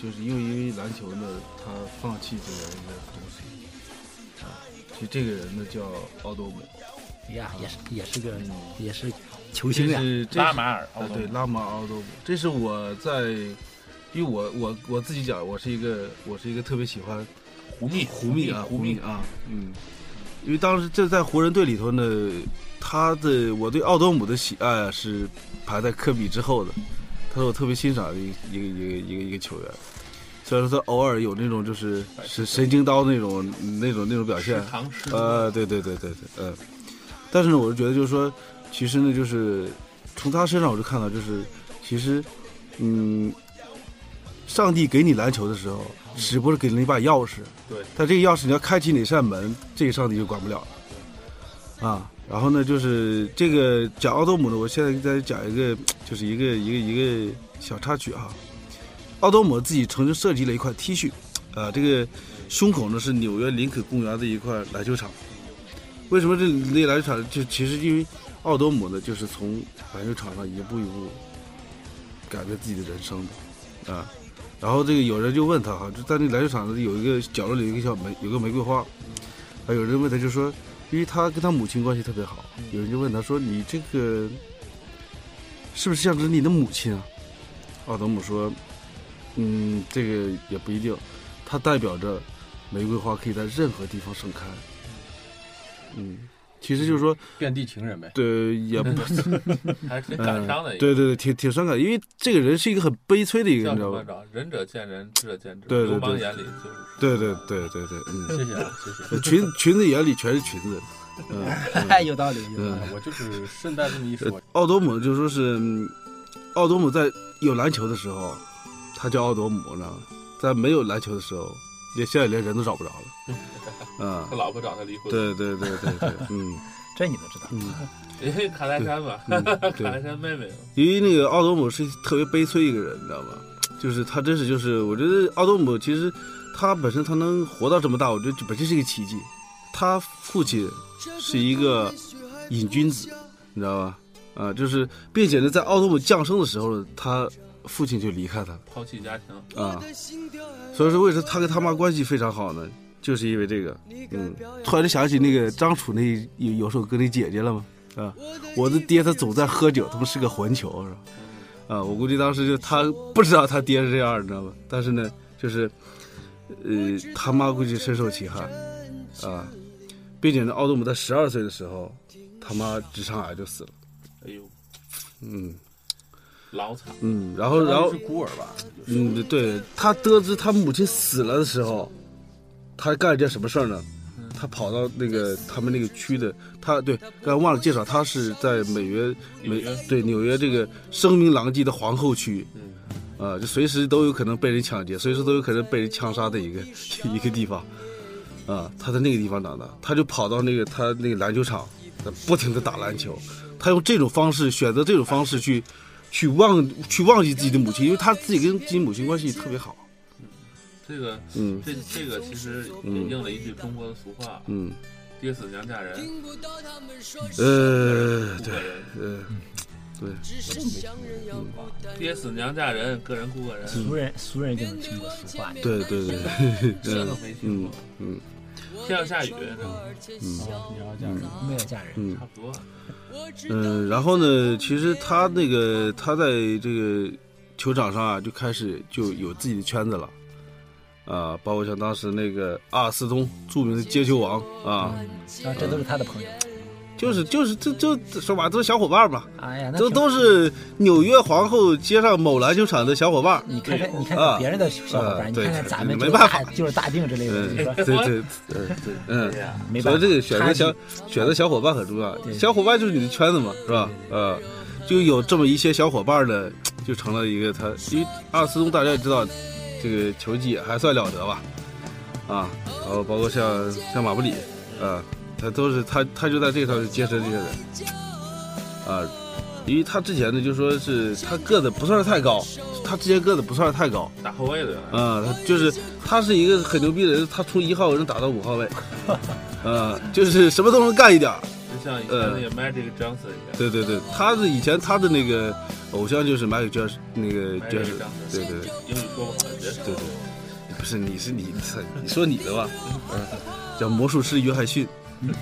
[SPEAKER 3] 就是又因为篮球呢，他放弃这样一个东西。啊，其实这个人呢叫奥多姆，
[SPEAKER 5] 哎呀，也是也是个也是球
[SPEAKER 3] 这
[SPEAKER 5] 星呀，
[SPEAKER 3] 是这
[SPEAKER 2] 拉
[SPEAKER 3] 是
[SPEAKER 2] 马尔
[SPEAKER 3] 啊，对，拉马奥多姆，这是我在，因为我我我自己讲，我是一个我是一个特别喜欢
[SPEAKER 2] 胡密
[SPEAKER 3] 胡密啊，
[SPEAKER 2] 胡
[SPEAKER 3] 密
[SPEAKER 2] 密，
[SPEAKER 3] 啊，嗯，因为当时这在湖人队里头呢，他的我对奥多姆的喜爱啊是排在科比之后的，他是我特别欣赏的一个一个一个一个一个球员。虽然说他偶尔有那种就是神神经刀那种那种那种表现，
[SPEAKER 2] 唐诗
[SPEAKER 3] 呃，对对对对对，嗯。但是呢，我是觉得就是说，其实呢，就是从他身上我就看到，就是其实，嗯，上帝给你篮球的时候，只不过是给了你一把钥匙，
[SPEAKER 2] 对。
[SPEAKER 3] 但这个钥匙你要开启哪扇门，这个上帝就管不了了，啊。然后呢，就是这个讲奥多姆呢，我现在给大家讲一个，就是一个一个一个小插曲哈、奥多姆自己曾经设计了一款 T 恤，啊、这个胸口呢是纽约林肯公园的一块篮球场。为什么这那篮球场就其实因为奥多姆呢，就是从篮球场上一步一步改变自己的人生的啊。然后这个有人就问他哈，就在那篮球场里有一个角落里有一个小玫有个玫瑰花，啊，有人问他就说，因为他跟他母亲关系特别好，有人就问他说你这个是不是象征你的母亲啊？奥多姆说，嗯，这个也不一定，它代表着玫瑰花可以在任何地方盛开。嗯，其实就是说，
[SPEAKER 6] 遍地情人呗。
[SPEAKER 3] 对，也不呃
[SPEAKER 2] 还是挺
[SPEAKER 3] 嗯
[SPEAKER 2] 感伤的一个。
[SPEAKER 3] 对对对，挺挺伤感，因为这个人是一个很悲催的一个人，
[SPEAKER 2] 叫
[SPEAKER 3] 你知
[SPEAKER 2] 什
[SPEAKER 3] 道
[SPEAKER 2] 么
[SPEAKER 3] 吧？
[SPEAKER 2] 着？仁者见仁，智者见智。
[SPEAKER 3] 对对
[SPEAKER 2] 流氓
[SPEAKER 3] 对
[SPEAKER 2] 眼里就是
[SPEAKER 3] 对对对对对， 嗯，
[SPEAKER 6] 谢谢啊，谢谢。
[SPEAKER 3] 裙裙子眼里全是裙子，嗯，
[SPEAKER 5] 哎， 有道理，有道理。
[SPEAKER 3] 嗯
[SPEAKER 6] 哎我就是顺带这么一说，
[SPEAKER 3] 呃奥多姆就说是，嗯奥多姆在有篮球的时候，他叫奥多姆呢，在没有篮球的时候，连现在连人都找不着 了，啊、
[SPEAKER 2] 他老婆找他离婚。，
[SPEAKER 3] 对对对对对，嗯
[SPEAKER 5] 这你都知道，
[SPEAKER 3] 嗯
[SPEAKER 2] 因为卡戴珊嘛，
[SPEAKER 3] 嗯，
[SPEAKER 2] 卡戴
[SPEAKER 3] 对，
[SPEAKER 2] 珊妹妹嘛。
[SPEAKER 3] 因为那个奥多姆是特别悲催一个人，你知道吗？就是他真是就是，我觉得奥多姆其实他本身他能活到这么大，我觉得这本身是一个奇迹。他父亲是一个瘾君子，你知道吧？啊，就是，并且呢，在奥多姆降生的时候呢，他父亲就离开他
[SPEAKER 2] 抛弃家庭，
[SPEAKER 3] 了啊，所以说为什么他跟他妈关系非常好呢？就是因为这个，嗯，突然就想起那个张楚那有有首歌那姐姐了吗？啊，我的爹他总在喝酒，他妈是个混球是吧？啊，我估计当时就他不知道他爹是这样，你知道吗？但是呢，就是，呃，他妈估计深受其害，啊，并且呢，奥多姆在十二岁的时候，他妈直肠癌就死了。
[SPEAKER 2] 哎呦，
[SPEAKER 3] 嗯
[SPEAKER 2] 老惨。
[SPEAKER 3] 嗯，然后然后
[SPEAKER 8] 是孤儿吧？
[SPEAKER 3] 嗯，对他得知他母亲死了的时候，他干了件什么事儿呢？
[SPEAKER 8] 嗯
[SPEAKER 3] 他跑到那个他们那个区的，他对刚才忘了介绍，他是在美约
[SPEAKER 2] 纽
[SPEAKER 3] 美
[SPEAKER 2] 约
[SPEAKER 3] 对纽约这个声名狼藉的皇后区，
[SPEAKER 2] 嗯
[SPEAKER 3] 啊、就随时都有可能被人抢劫，随时都有可能被人枪杀 的一个一个地方，啊、他在那个地方长大，他就跑到那个他那个篮球场，不停的打篮球，他用这种方式选择这种方式去去忘去忘记自己的母亲，因为他自己跟自己母亲关系特别好，
[SPEAKER 2] 这个
[SPEAKER 3] 嗯
[SPEAKER 2] 这这个其实
[SPEAKER 3] 嗯
[SPEAKER 2] 引应了一句中国的俗话：
[SPEAKER 3] 嗯，
[SPEAKER 2] 爹死娘嫁人，
[SPEAKER 3] 呃，
[SPEAKER 2] 顾
[SPEAKER 3] 对
[SPEAKER 2] 个，人；
[SPEAKER 3] 呃，
[SPEAKER 2] 爹死娘嫁人，个人顾个人。
[SPEAKER 5] 俗人俗人就是听过俗话，
[SPEAKER 3] 对对对，
[SPEAKER 2] 这
[SPEAKER 3] 嗯
[SPEAKER 2] 都没听
[SPEAKER 3] 嗯
[SPEAKER 2] 过。
[SPEAKER 3] 嗯
[SPEAKER 2] 天要下雨，这
[SPEAKER 6] 你
[SPEAKER 5] 嗯
[SPEAKER 6] 要这样说，
[SPEAKER 5] 没有嫁人，
[SPEAKER 3] 嗯
[SPEAKER 2] 差不多。啊
[SPEAKER 3] 嗯，然后呢，其实他那个他在这个球场上啊，就开始就有自己的圈子了。啊，包括像当时那个阿尔斯通，著名的接球王啊，
[SPEAKER 5] 然后这都是他的朋友。
[SPEAKER 3] 就是就是这这说白了都是小伙伴嘛，
[SPEAKER 5] 哎呀，那
[SPEAKER 3] 都
[SPEAKER 5] 挺
[SPEAKER 3] 都是纽约皇后街上某篮球场的小伙伴。
[SPEAKER 5] 你看看，你看
[SPEAKER 3] 啊
[SPEAKER 5] 看别人的小伙
[SPEAKER 3] 啊
[SPEAKER 5] 伴，你
[SPEAKER 3] 对
[SPEAKER 5] 看看咱
[SPEAKER 3] 没
[SPEAKER 5] 们就是
[SPEAKER 3] 办法
[SPEAKER 5] 大就是大定之类的，
[SPEAKER 3] 嗯
[SPEAKER 5] 就是，
[SPEAKER 3] 对
[SPEAKER 5] 说
[SPEAKER 3] 对，对嗯，
[SPEAKER 2] 哎呀，
[SPEAKER 5] 没
[SPEAKER 3] 所
[SPEAKER 5] 办
[SPEAKER 3] 以
[SPEAKER 5] 法
[SPEAKER 3] 这。个选择
[SPEAKER 5] 差距
[SPEAKER 3] 小选择小伙伴很重要，
[SPEAKER 5] 对
[SPEAKER 3] 小伙伴就是你的圈子嘛，是吧？呃，就有这么一些小伙伴呢，就成了一个他，因为阿尔斯通大家也知道，这个球技还算了得吧，啊，然后包括像像马布里，啊，他都是他他就在这个上面结识这些人，啊，因为他之前呢就说是他个子不算是太高，他之前个子不算是太高，
[SPEAKER 2] 打后卫的原来。
[SPEAKER 3] 啊，他就是他是一个很牛逼的人，他从一号人打到五号位，啊，就是什么都能干一点儿。
[SPEAKER 2] 就像以前那
[SPEAKER 3] 嗯
[SPEAKER 2] 个 Magic Johnson 一样，
[SPEAKER 3] 对对对，他的以前他的那个偶像就是迈克尔乔那个
[SPEAKER 2] Magic
[SPEAKER 3] 就是
[SPEAKER 2] Johnson
[SPEAKER 3] 对对对，
[SPEAKER 2] 英语说不好就别说
[SPEAKER 3] 对
[SPEAKER 2] 了。
[SPEAKER 3] 不是你是你你说你的吧，叫魔术师约翰逊，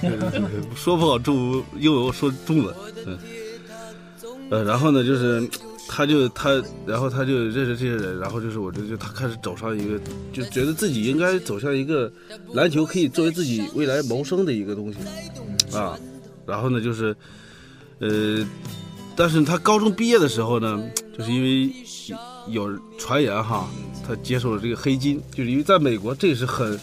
[SPEAKER 3] 对对对对说不好中英文，我说中文，嗯，呃，然后呢就是。他就他，然后他就认识这些人，然后就是我觉得就他开始走上一个，就觉得自己应该走向一个篮球可以作为自己未来谋生的一个东西，啊，然后呢就是，呃，但是他高中毕业的时候呢，就是因为有传言哈，他接受了这个黑金，就是因为在美国这是很，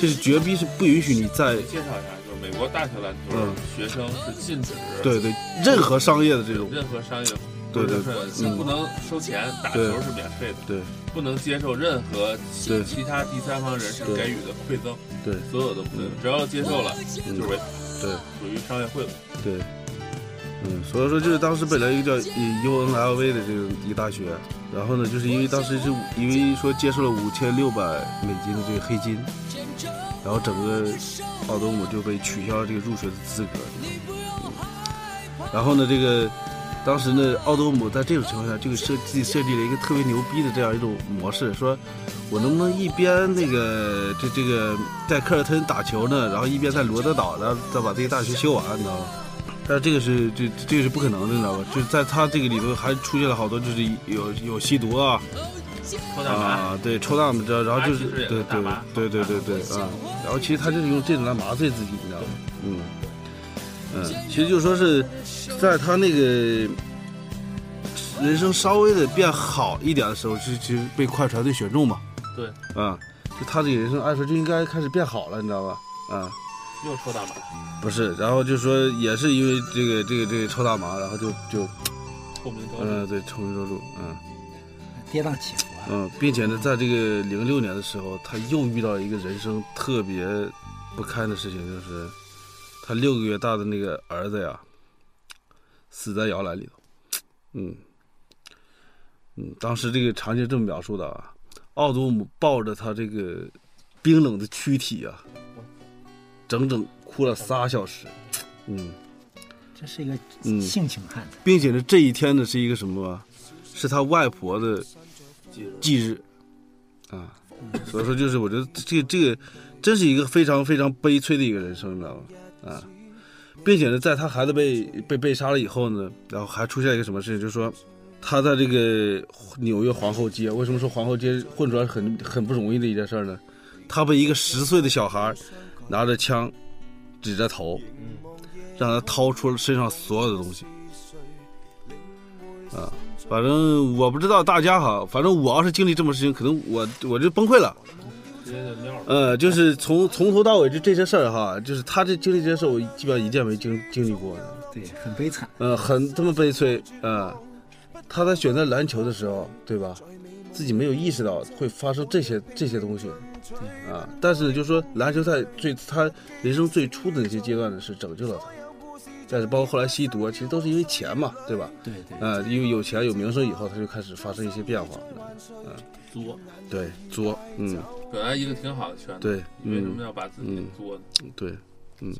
[SPEAKER 3] 这是绝逼是不允许你在
[SPEAKER 2] 介绍一下，就是美国大学篮球
[SPEAKER 3] 嗯
[SPEAKER 2] 学生是禁止
[SPEAKER 3] 对对任何商业的这种
[SPEAKER 2] 任何商业，
[SPEAKER 3] 对对
[SPEAKER 2] 就是
[SPEAKER 3] 嗯
[SPEAKER 2] 不能收钱，打球是免费的，
[SPEAKER 3] 对
[SPEAKER 2] 不能接受任何
[SPEAKER 3] 对
[SPEAKER 2] 其其他第三方人士
[SPEAKER 3] 对
[SPEAKER 2] 给予的馈赠，
[SPEAKER 3] 对
[SPEAKER 2] 所有的不对，只要接受了就是违法，
[SPEAKER 3] 对
[SPEAKER 2] 属于商业贿赂。
[SPEAKER 3] 对，嗯，所以说就是当时本来一个叫 U N L V 的这种一个大学，然后呢，就是因为当时是因为说接受了五千六百美金的这个黑金，然后整个奥多姆就被取消了这个入学的资格。嗯、然后呢，这个当时呢，奥多姆在这种情况下，这个设自己设计了一个特别牛逼的这样一种模式，说我能不能一边那个这这个在科尔特打球呢，然后一边在罗德岛，然后再把这个大学修完，你知道吗？但这个是这这个是不可能的，你知道吧？就是在他这个里头还出现了好多，就是有有吸毒啊
[SPEAKER 2] 抽大麻，
[SPEAKER 3] 啊，对，抽大麻，然后就是
[SPEAKER 2] 麻其实也是
[SPEAKER 3] 对啊
[SPEAKER 2] 大麻
[SPEAKER 3] 对对对对对啊，然后其实他就是用这种来麻醉自己，你知道吗？嗯，嗯，其实就说是在他那个人生稍微的变好一点的时候，就其实被快船队选中嘛。
[SPEAKER 2] 对，
[SPEAKER 3] 啊、就他这个人生按说就应该开始变好了，你知道吧？啊、
[SPEAKER 2] 又抽大麻，
[SPEAKER 3] 不是，然后就说也是因为这个这个这个抽大麻，然后就就
[SPEAKER 2] 臭名昭著。
[SPEAKER 3] 嗯、对臭名昭著，嗯
[SPEAKER 5] 跌宕起伏啊。
[SPEAKER 3] 嗯，并且呢，在这个零六年的时候，他又遇到一个人生特别不堪的事情，就是他六个月大的那个儿子呀，死在摇篮里头。嗯嗯，当时这个场景这么描述的啊，奥多姆抱着他这个冰冷的躯体啊，整整哭了仨小时。嗯。
[SPEAKER 5] 这是一个
[SPEAKER 3] 嗯
[SPEAKER 5] 性情汉子，
[SPEAKER 3] 并且呢，这一天呢是一个什么啊？是他外婆的忌日啊，所以说就是我觉得这个这个真是一个非常非常悲催的一个人生，你知道吗？啊，并且呢，在他孩子被被被杀了以后呢，然后还出现一个什么事情，就是说他在这个纽约皇后街，为什么说皇后街混出来很很不容易的一件事儿呢？他被一个十岁的小孩儿拿着枪指着头，让他掏出了身上所有的东西。啊，反正我不知道大家哈，反正我要是经历这么事情，可能我我就崩溃了。呃，就是从从头到尾就这些事儿哈，就是他这经历这些事儿，我基本上一件没经经历过的。
[SPEAKER 5] 对，很悲惨。
[SPEAKER 3] 呃，很这么悲催，呃，他在选择篮球的时候，对吧？自己没有意识到会发生这些这些东西，啊、但是呢，就是说篮球在最他人生最初的那些阶段呢，是拯救了他，但是包括后来吸毒啊，其实都是因为钱嘛，对吧？
[SPEAKER 5] 对对，
[SPEAKER 3] 呃，因为有钱有名声以后，他就开始发生一些变化，
[SPEAKER 2] 作，
[SPEAKER 3] 对，作，嗯，
[SPEAKER 2] 本来一个挺好的圈子，
[SPEAKER 3] 对，
[SPEAKER 2] 你为什么
[SPEAKER 3] 嗯，
[SPEAKER 2] 要把自己作呢？
[SPEAKER 3] 对，嗯，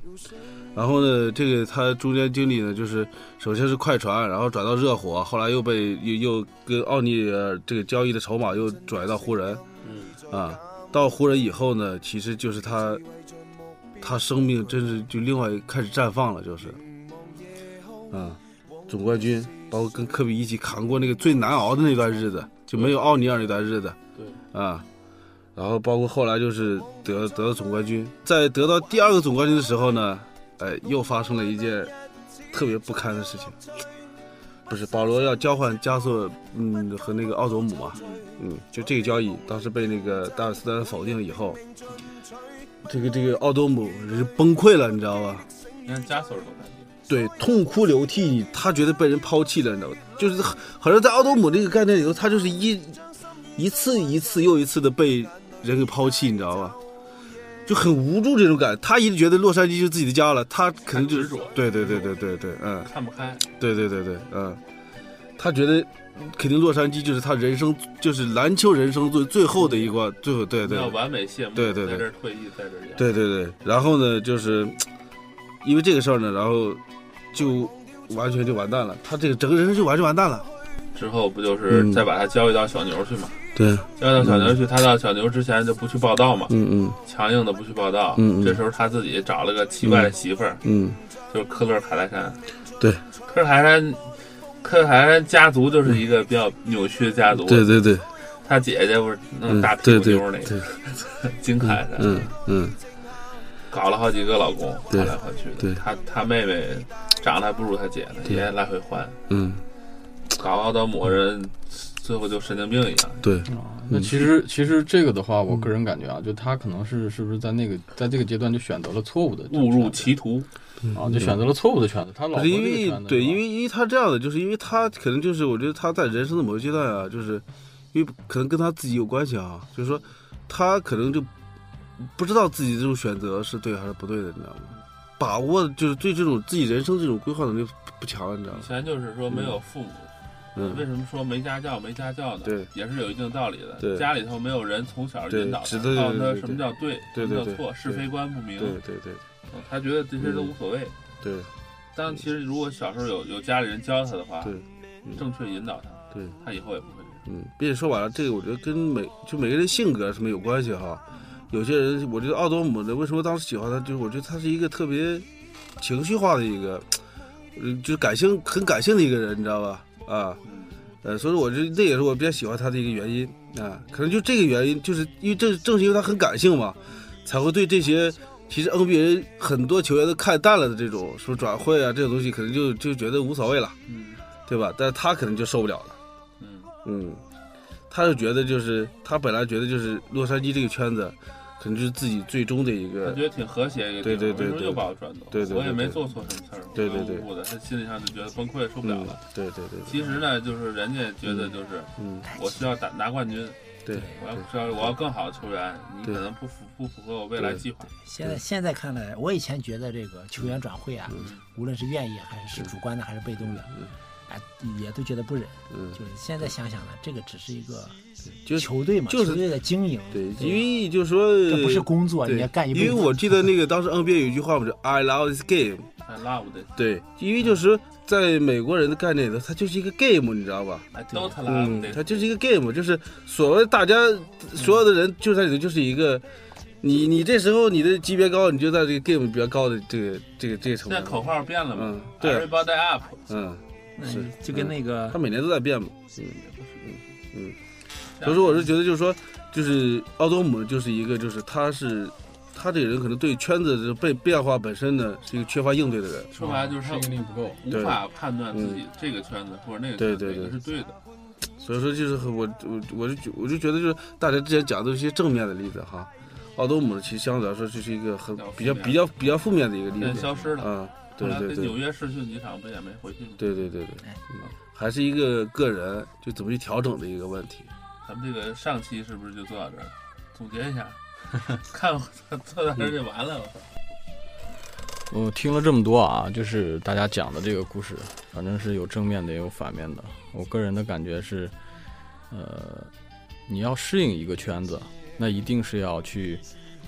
[SPEAKER 3] 然后呢，这个他中间经历呢，就是首先是快船，然后转到热火，后来又被又又跟奥尼尔这个交易的筹码又转移到湖人，
[SPEAKER 2] 嗯，
[SPEAKER 3] 啊，到湖人以后呢，其实就是他，他生命真是就另外一开始绽放了，就是，啊，总冠军，包括跟科比一起扛过那个最难熬的那段日子，就没有奥尼尔那段日子，
[SPEAKER 2] 对
[SPEAKER 3] 啊，然后包括后来就是得得到总冠军，在得到第二个总冠军的时候呢，哎，又发生了一件特别不堪的事情。不是保罗要交换加索，嗯，和那个奥多姆嘛，嗯，就这个交易，当时被那个达尔斯丹否定以后，这个这个奥多姆是崩溃了，你知道吧？
[SPEAKER 2] 你看加索尔多干净，
[SPEAKER 3] 对，痛哭流涕，他觉得被人抛弃了，你知道吧？就是好好像在奥多姆这个概念里头，他就是一一次一次又一次的被人给抛弃，你知道吧？就很无助这种感，他一直觉得洛杉矶就是自己的家了，他可能就
[SPEAKER 2] 很执着
[SPEAKER 3] 对对对对对对，嗯，
[SPEAKER 2] 看不开，
[SPEAKER 3] 对对对对，嗯，他觉得肯定洛杉矶就是他人生就是篮球人生最最后的一关，最后对对
[SPEAKER 2] 要
[SPEAKER 3] 对
[SPEAKER 2] 完美谢幕，
[SPEAKER 3] 对对对
[SPEAKER 2] 在这儿退役，在这儿养，
[SPEAKER 3] 对对对，然后呢，就是因为这个事儿呢，然后就完全就完蛋了，他这个整个人生就完全完蛋了。
[SPEAKER 2] 之后不就是
[SPEAKER 3] 嗯
[SPEAKER 2] 再把他交易到小牛去嘛？
[SPEAKER 3] 对，
[SPEAKER 2] 交易到小牛去，他到小牛之前就不去报道嘛，
[SPEAKER 3] 嗯嗯
[SPEAKER 2] 强硬的不去报道。
[SPEAKER 3] 嗯嗯
[SPEAKER 2] 这时候他自己找了个奇怪的媳妇儿，
[SPEAKER 3] 嗯，
[SPEAKER 2] 就是科勒卡戴珊。
[SPEAKER 3] 对，
[SPEAKER 2] 科勒卡戴珊，科勒卡戴珊家族就是一个比较扭曲的家族。
[SPEAKER 3] 对对对，
[SPEAKER 2] 他姐姐不是弄
[SPEAKER 3] 嗯
[SPEAKER 2] 大屁
[SPEAKER 3] 对
[SPEAKER 2] 股
[SPEAKER 3] 对
[SPEAKER 2] 妞儿那个
[SPEAKER 3] 对，
[SPEAKER 2] 金凯珊，
[SPEAKER 3] 嗯嗯
[SPEAKER 2] 搞了好几个老公，
[SPEAKER 3] 对
[SPEAKER 2] 换来换去的。
[SPEAKER 3] 对
[SPEAKER 2] 他他妹妹长得还不如他姐呢，
[SPEAKER 3] 对
[SPEAKER 2] 也来回换，
[SPEAKER 3] 嗯，
[SPEAKER 2] 搞奥德姆人最后就神经病一样。
[SPEAKER 3] 对，
[SPEAKER 6] 那
[SPEAKER 3] 嗯
[SPEAKER 6] 其实其实这个的话，我个人感觉啊，就他可能是是不是在那个在这个阶段就选择了错误的
[SPEAKER 2] 误入
[SPEAKER 6] 圈子
[SPEAKER 2] 歧途，
[SPEAKER 3] 嗯
[SPEAKER 6] 啊，就选择了错误的圈子。他老
[SPEAKER 3] 不
[SPEAKER 6] 婆
[SPEAKER 3] 是因
[SPEAKER 6] 这个
[SPEAKER 3] 为
[SPEAKER 6] 圈子
[SPEAKER 3] 对，
[SPEAKER 6] 是吧
[SPEAKER 3] 因为因为他这样的，就是因为他可能就是我觉得他在人生的某个阶段啊，就是因为可能跟他自己有关系啊，就是说他可能就不知道自己这种选择是对还是不对的，你知道吗？把握就是对这种自己人生这种规划能力不不强，你知道
[SPEAKER 2] 以
[SPEAKER 3] 吗？
[SPEAKER 2] 前就是说没有父母，啊为
[SPEAKER 3] 嗯，
[SPEAKER 2] 什么说没家教没家教呢？
[SPEAKER 3] 对，
[SPEAKER 2] 也是有一定道理的。
[SPEAKER 3] 对
[SPEAKER 2] 家里头没有人从小
[SPEAKER 3] 对
[SPEAKER 2] 引导他，
[SPEAKER 3] 指
[SPEAKER 2] 告诉
[SPEAKER 3] 的对
[SPEAKER 2] 他
[SPEAKER 3] 对
[SPEAKER 2] 什么叫对，
[SPEAKER 3] 对对
[SPEAKER 2] 什么叫
[SPEAKER 3] 对
[SPEAKER 2] 错，
[SPEAKER 3] 对
[SPEAKER 2] 是非观不明
[SPEAKER 3] 对，嗯对对
[SPEAKER 2] 嗯他觉得这些都无所谓。
[SPEAKER 3] 对
[SPEAKER 2] 但其实如果小时候有有家里人教他的话
[SPEAKER 3] 对，嗯
[SPEAKER 2] 正确引导他，
[SPEAKER 3] 对，
[SPEAKER 2] 他以后也不会这
[SPEAKER 3] 嗯，并且说白了，这个我觉得跟每就每个人性格什么有关系哈。有些人，我觉得奥多姆的为什么当时喜欢他，就是我觉得他是一个特别情绪化的一个，呃就是感性很感性的一个人，你知道吧？啊，呃，所以我觉得这也是我比较喜欢他的一个原因啊。可能就这个原因，就是因为正正是因为他很感性嘛，才会对这些其实 NBA 很多球员都看淡了的这种什么转会啊这种东西，可能就就觉得无所谓了，
[SPEAKER 4] 嗯
[SPEAKER 3] 对吧？但是他可能就受不了了，
[SPEAKER 4] 嗯
[SPEAKER 3] 嗯，他就觉得就是他本来觉得就是洛杉矶这个圈子，可能就是自己最终的一
[SPEAKER 2] 他
[SPEAKER 3] 个
[SPEAKER 2] 觉得挺和谐一个地
[SPEAKER 3] 对对
[SPEAKER 2] 方，为
[SPEAKER 3] 对
[SPEAKER 2] 什么
[SPEAKER 3] 对
[SPEAKER 2] 又把我转走？
[SPEAKER 3] 对对对
[SPEAKER 2] 我也没
[SPEAKER 3] 对
[SPEAKER 2] 做错什么事儿，
[SPEAKER 3] 对对
[SPEAKER 2] 我
[SPEAKER 3] 对
[SPEAKER 2] 我的他心理上就觉得崩溃，受不了了。
[SPEAKER 3] 对对对，
[SPEAKER 2] 其实呢，就是人家觉得就是
[SPEAKER 3] 嗯
[SPEAKER 2] 我需要打拿冠军，
[SPEAKER 3] 对
[SPEAKER 2] 我要需要我要更好的球员，你可
[SPEAKER 3] 对
[SPEAKER 2] 能不符不符合我未来计划。
[SPEAKER 5] 现在现在看来，我以前觉得这个球员转会啊，
[SPEAKER 3] 嗯
[SPEAKER 5] 无论是愿意啊还是是主观的还是被动的，哎，也都觉得不忍。
[SPEAKER 3] 嗯
[SPEAKER 5] 就是现在想想呢，这个只是一个
[SPEAKER 3] 就
[SPEAKER 5] 球队嘛，
[SPEAKER 3] 就是
[SPEAKER 5] 球队的经营，
[SPEAKER 3] 对，因为就是说
[SPEAKER 5] 这不是工作，
[SPEAKER 3] 对
[SPEAKER 5] 你要干一辈
[SPEAKER 3] 因
[SPEAKER 5] 子。
[SPEAKER 3] 为我记得那个当时 NBA 有一句话不是 “I love this game”，
[SPEAKER 2] I love this,
[SPEAKER 3] 对，因为就是在美国人的概念里头，它就是一个 game，你知道吧？
[SPEAKER 2] I don't
[SPEAKER 3] 嗯
[SPEAKER 2] love，this。
[SPEAKER 3] 它就是一个 game，就是所谓大家所有的人就在里头就是一个，你你这时候你的级别高，你就在这个 game 比较高的这个这个这个层
[SPEAKER 2] 现在
[SPEAKER 3] 面。
[SPEAKER 2] 口号变了嘛
[SPEAKER 3] 嗯对
[SPEAKER 2] ？Everybody up。
[SPEAKER 3] 嗯，
[SPEAKER 5] 嗯就跟那个
[SPEAKER 3] 它每年都在变嘛。
[SPEAKER 2] 这样
[SPEAKER 3] 所以说，我是觉得就是说，就是奥多姆就是一个，就是他是他这个人可能对圈子的变变化本身呢是一个缺乏应对的人。
[SPEAKER 2] 说白了就是他
[SPEAKER 6] 哦
[SPEAKER 4] 适应力不够，
[SPEAKER 2] 无法判断自己这个圈子或者那个圈
[SPEAKER 3] 嗯
[SPEAKER 2] 子
[SPEAKER 3] 对对
[SPEAKER 2] 哪
[SPEAKER 3] 对
[SPEAKER 2] 个是对的。
[SPEAKER 3] 所以说，就是很我我我就觉我就觉得，就是大家之前讲的一些正面的例子哈，奥多姆其实相对来说就是一个很比较比较比较负面的一个例
[SPEAKER 2] 现在
[SPEAKER 3] 子
[SPEAKER 2] 消失了。
[SPEAKER 3] 啊，
[SPEAKER 2] 后
[SPEAKER 3] 对
[SPEAKER 2] 来
[SPEAKER 3] 对
[SPEAKER 2] 跟
[SPEAKER 3] 对
[SPEAKER 2] 纽约哎试训几场不也没回去吗？
[SPEAKER 3] 对对对对，嗯还是一个个人就怎么去调整的一个问题。
[SPEAKER 2] 咱们这个上期是不是就做到这儿？总结 一下，看我操，做到这儿就完了。我操
[SPEAKER 6] 我听了这么多啊，就是大家讲的这个故事，反正是有正面的，也有反面的。我个人的感觉是，呃，你要适应一个圈子，那一定是要去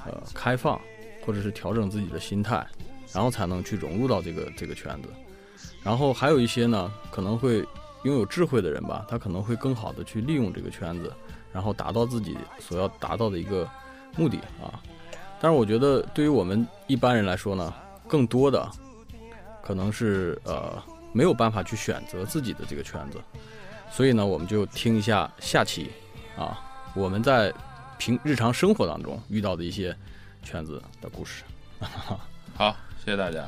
[SPEAKER 6] 呃开放，或者是调整自己的心态，然后才能去融入到这个这个圈子。然后还有一些呢，可能会拥有智慧的人吧，他可能会更好的去利用这个圈子，然后达到自己所要达到的一个目的啊。但是我觉得，对于我们一般人来说呢，更多的可能是呃没有办法去选择自己的这个圈子，所以呢，我们就听一下下期啊，我们在平日常生活当中遇到的一些圈子的故事。
[SPEAKER 2] 好，谢谢大家。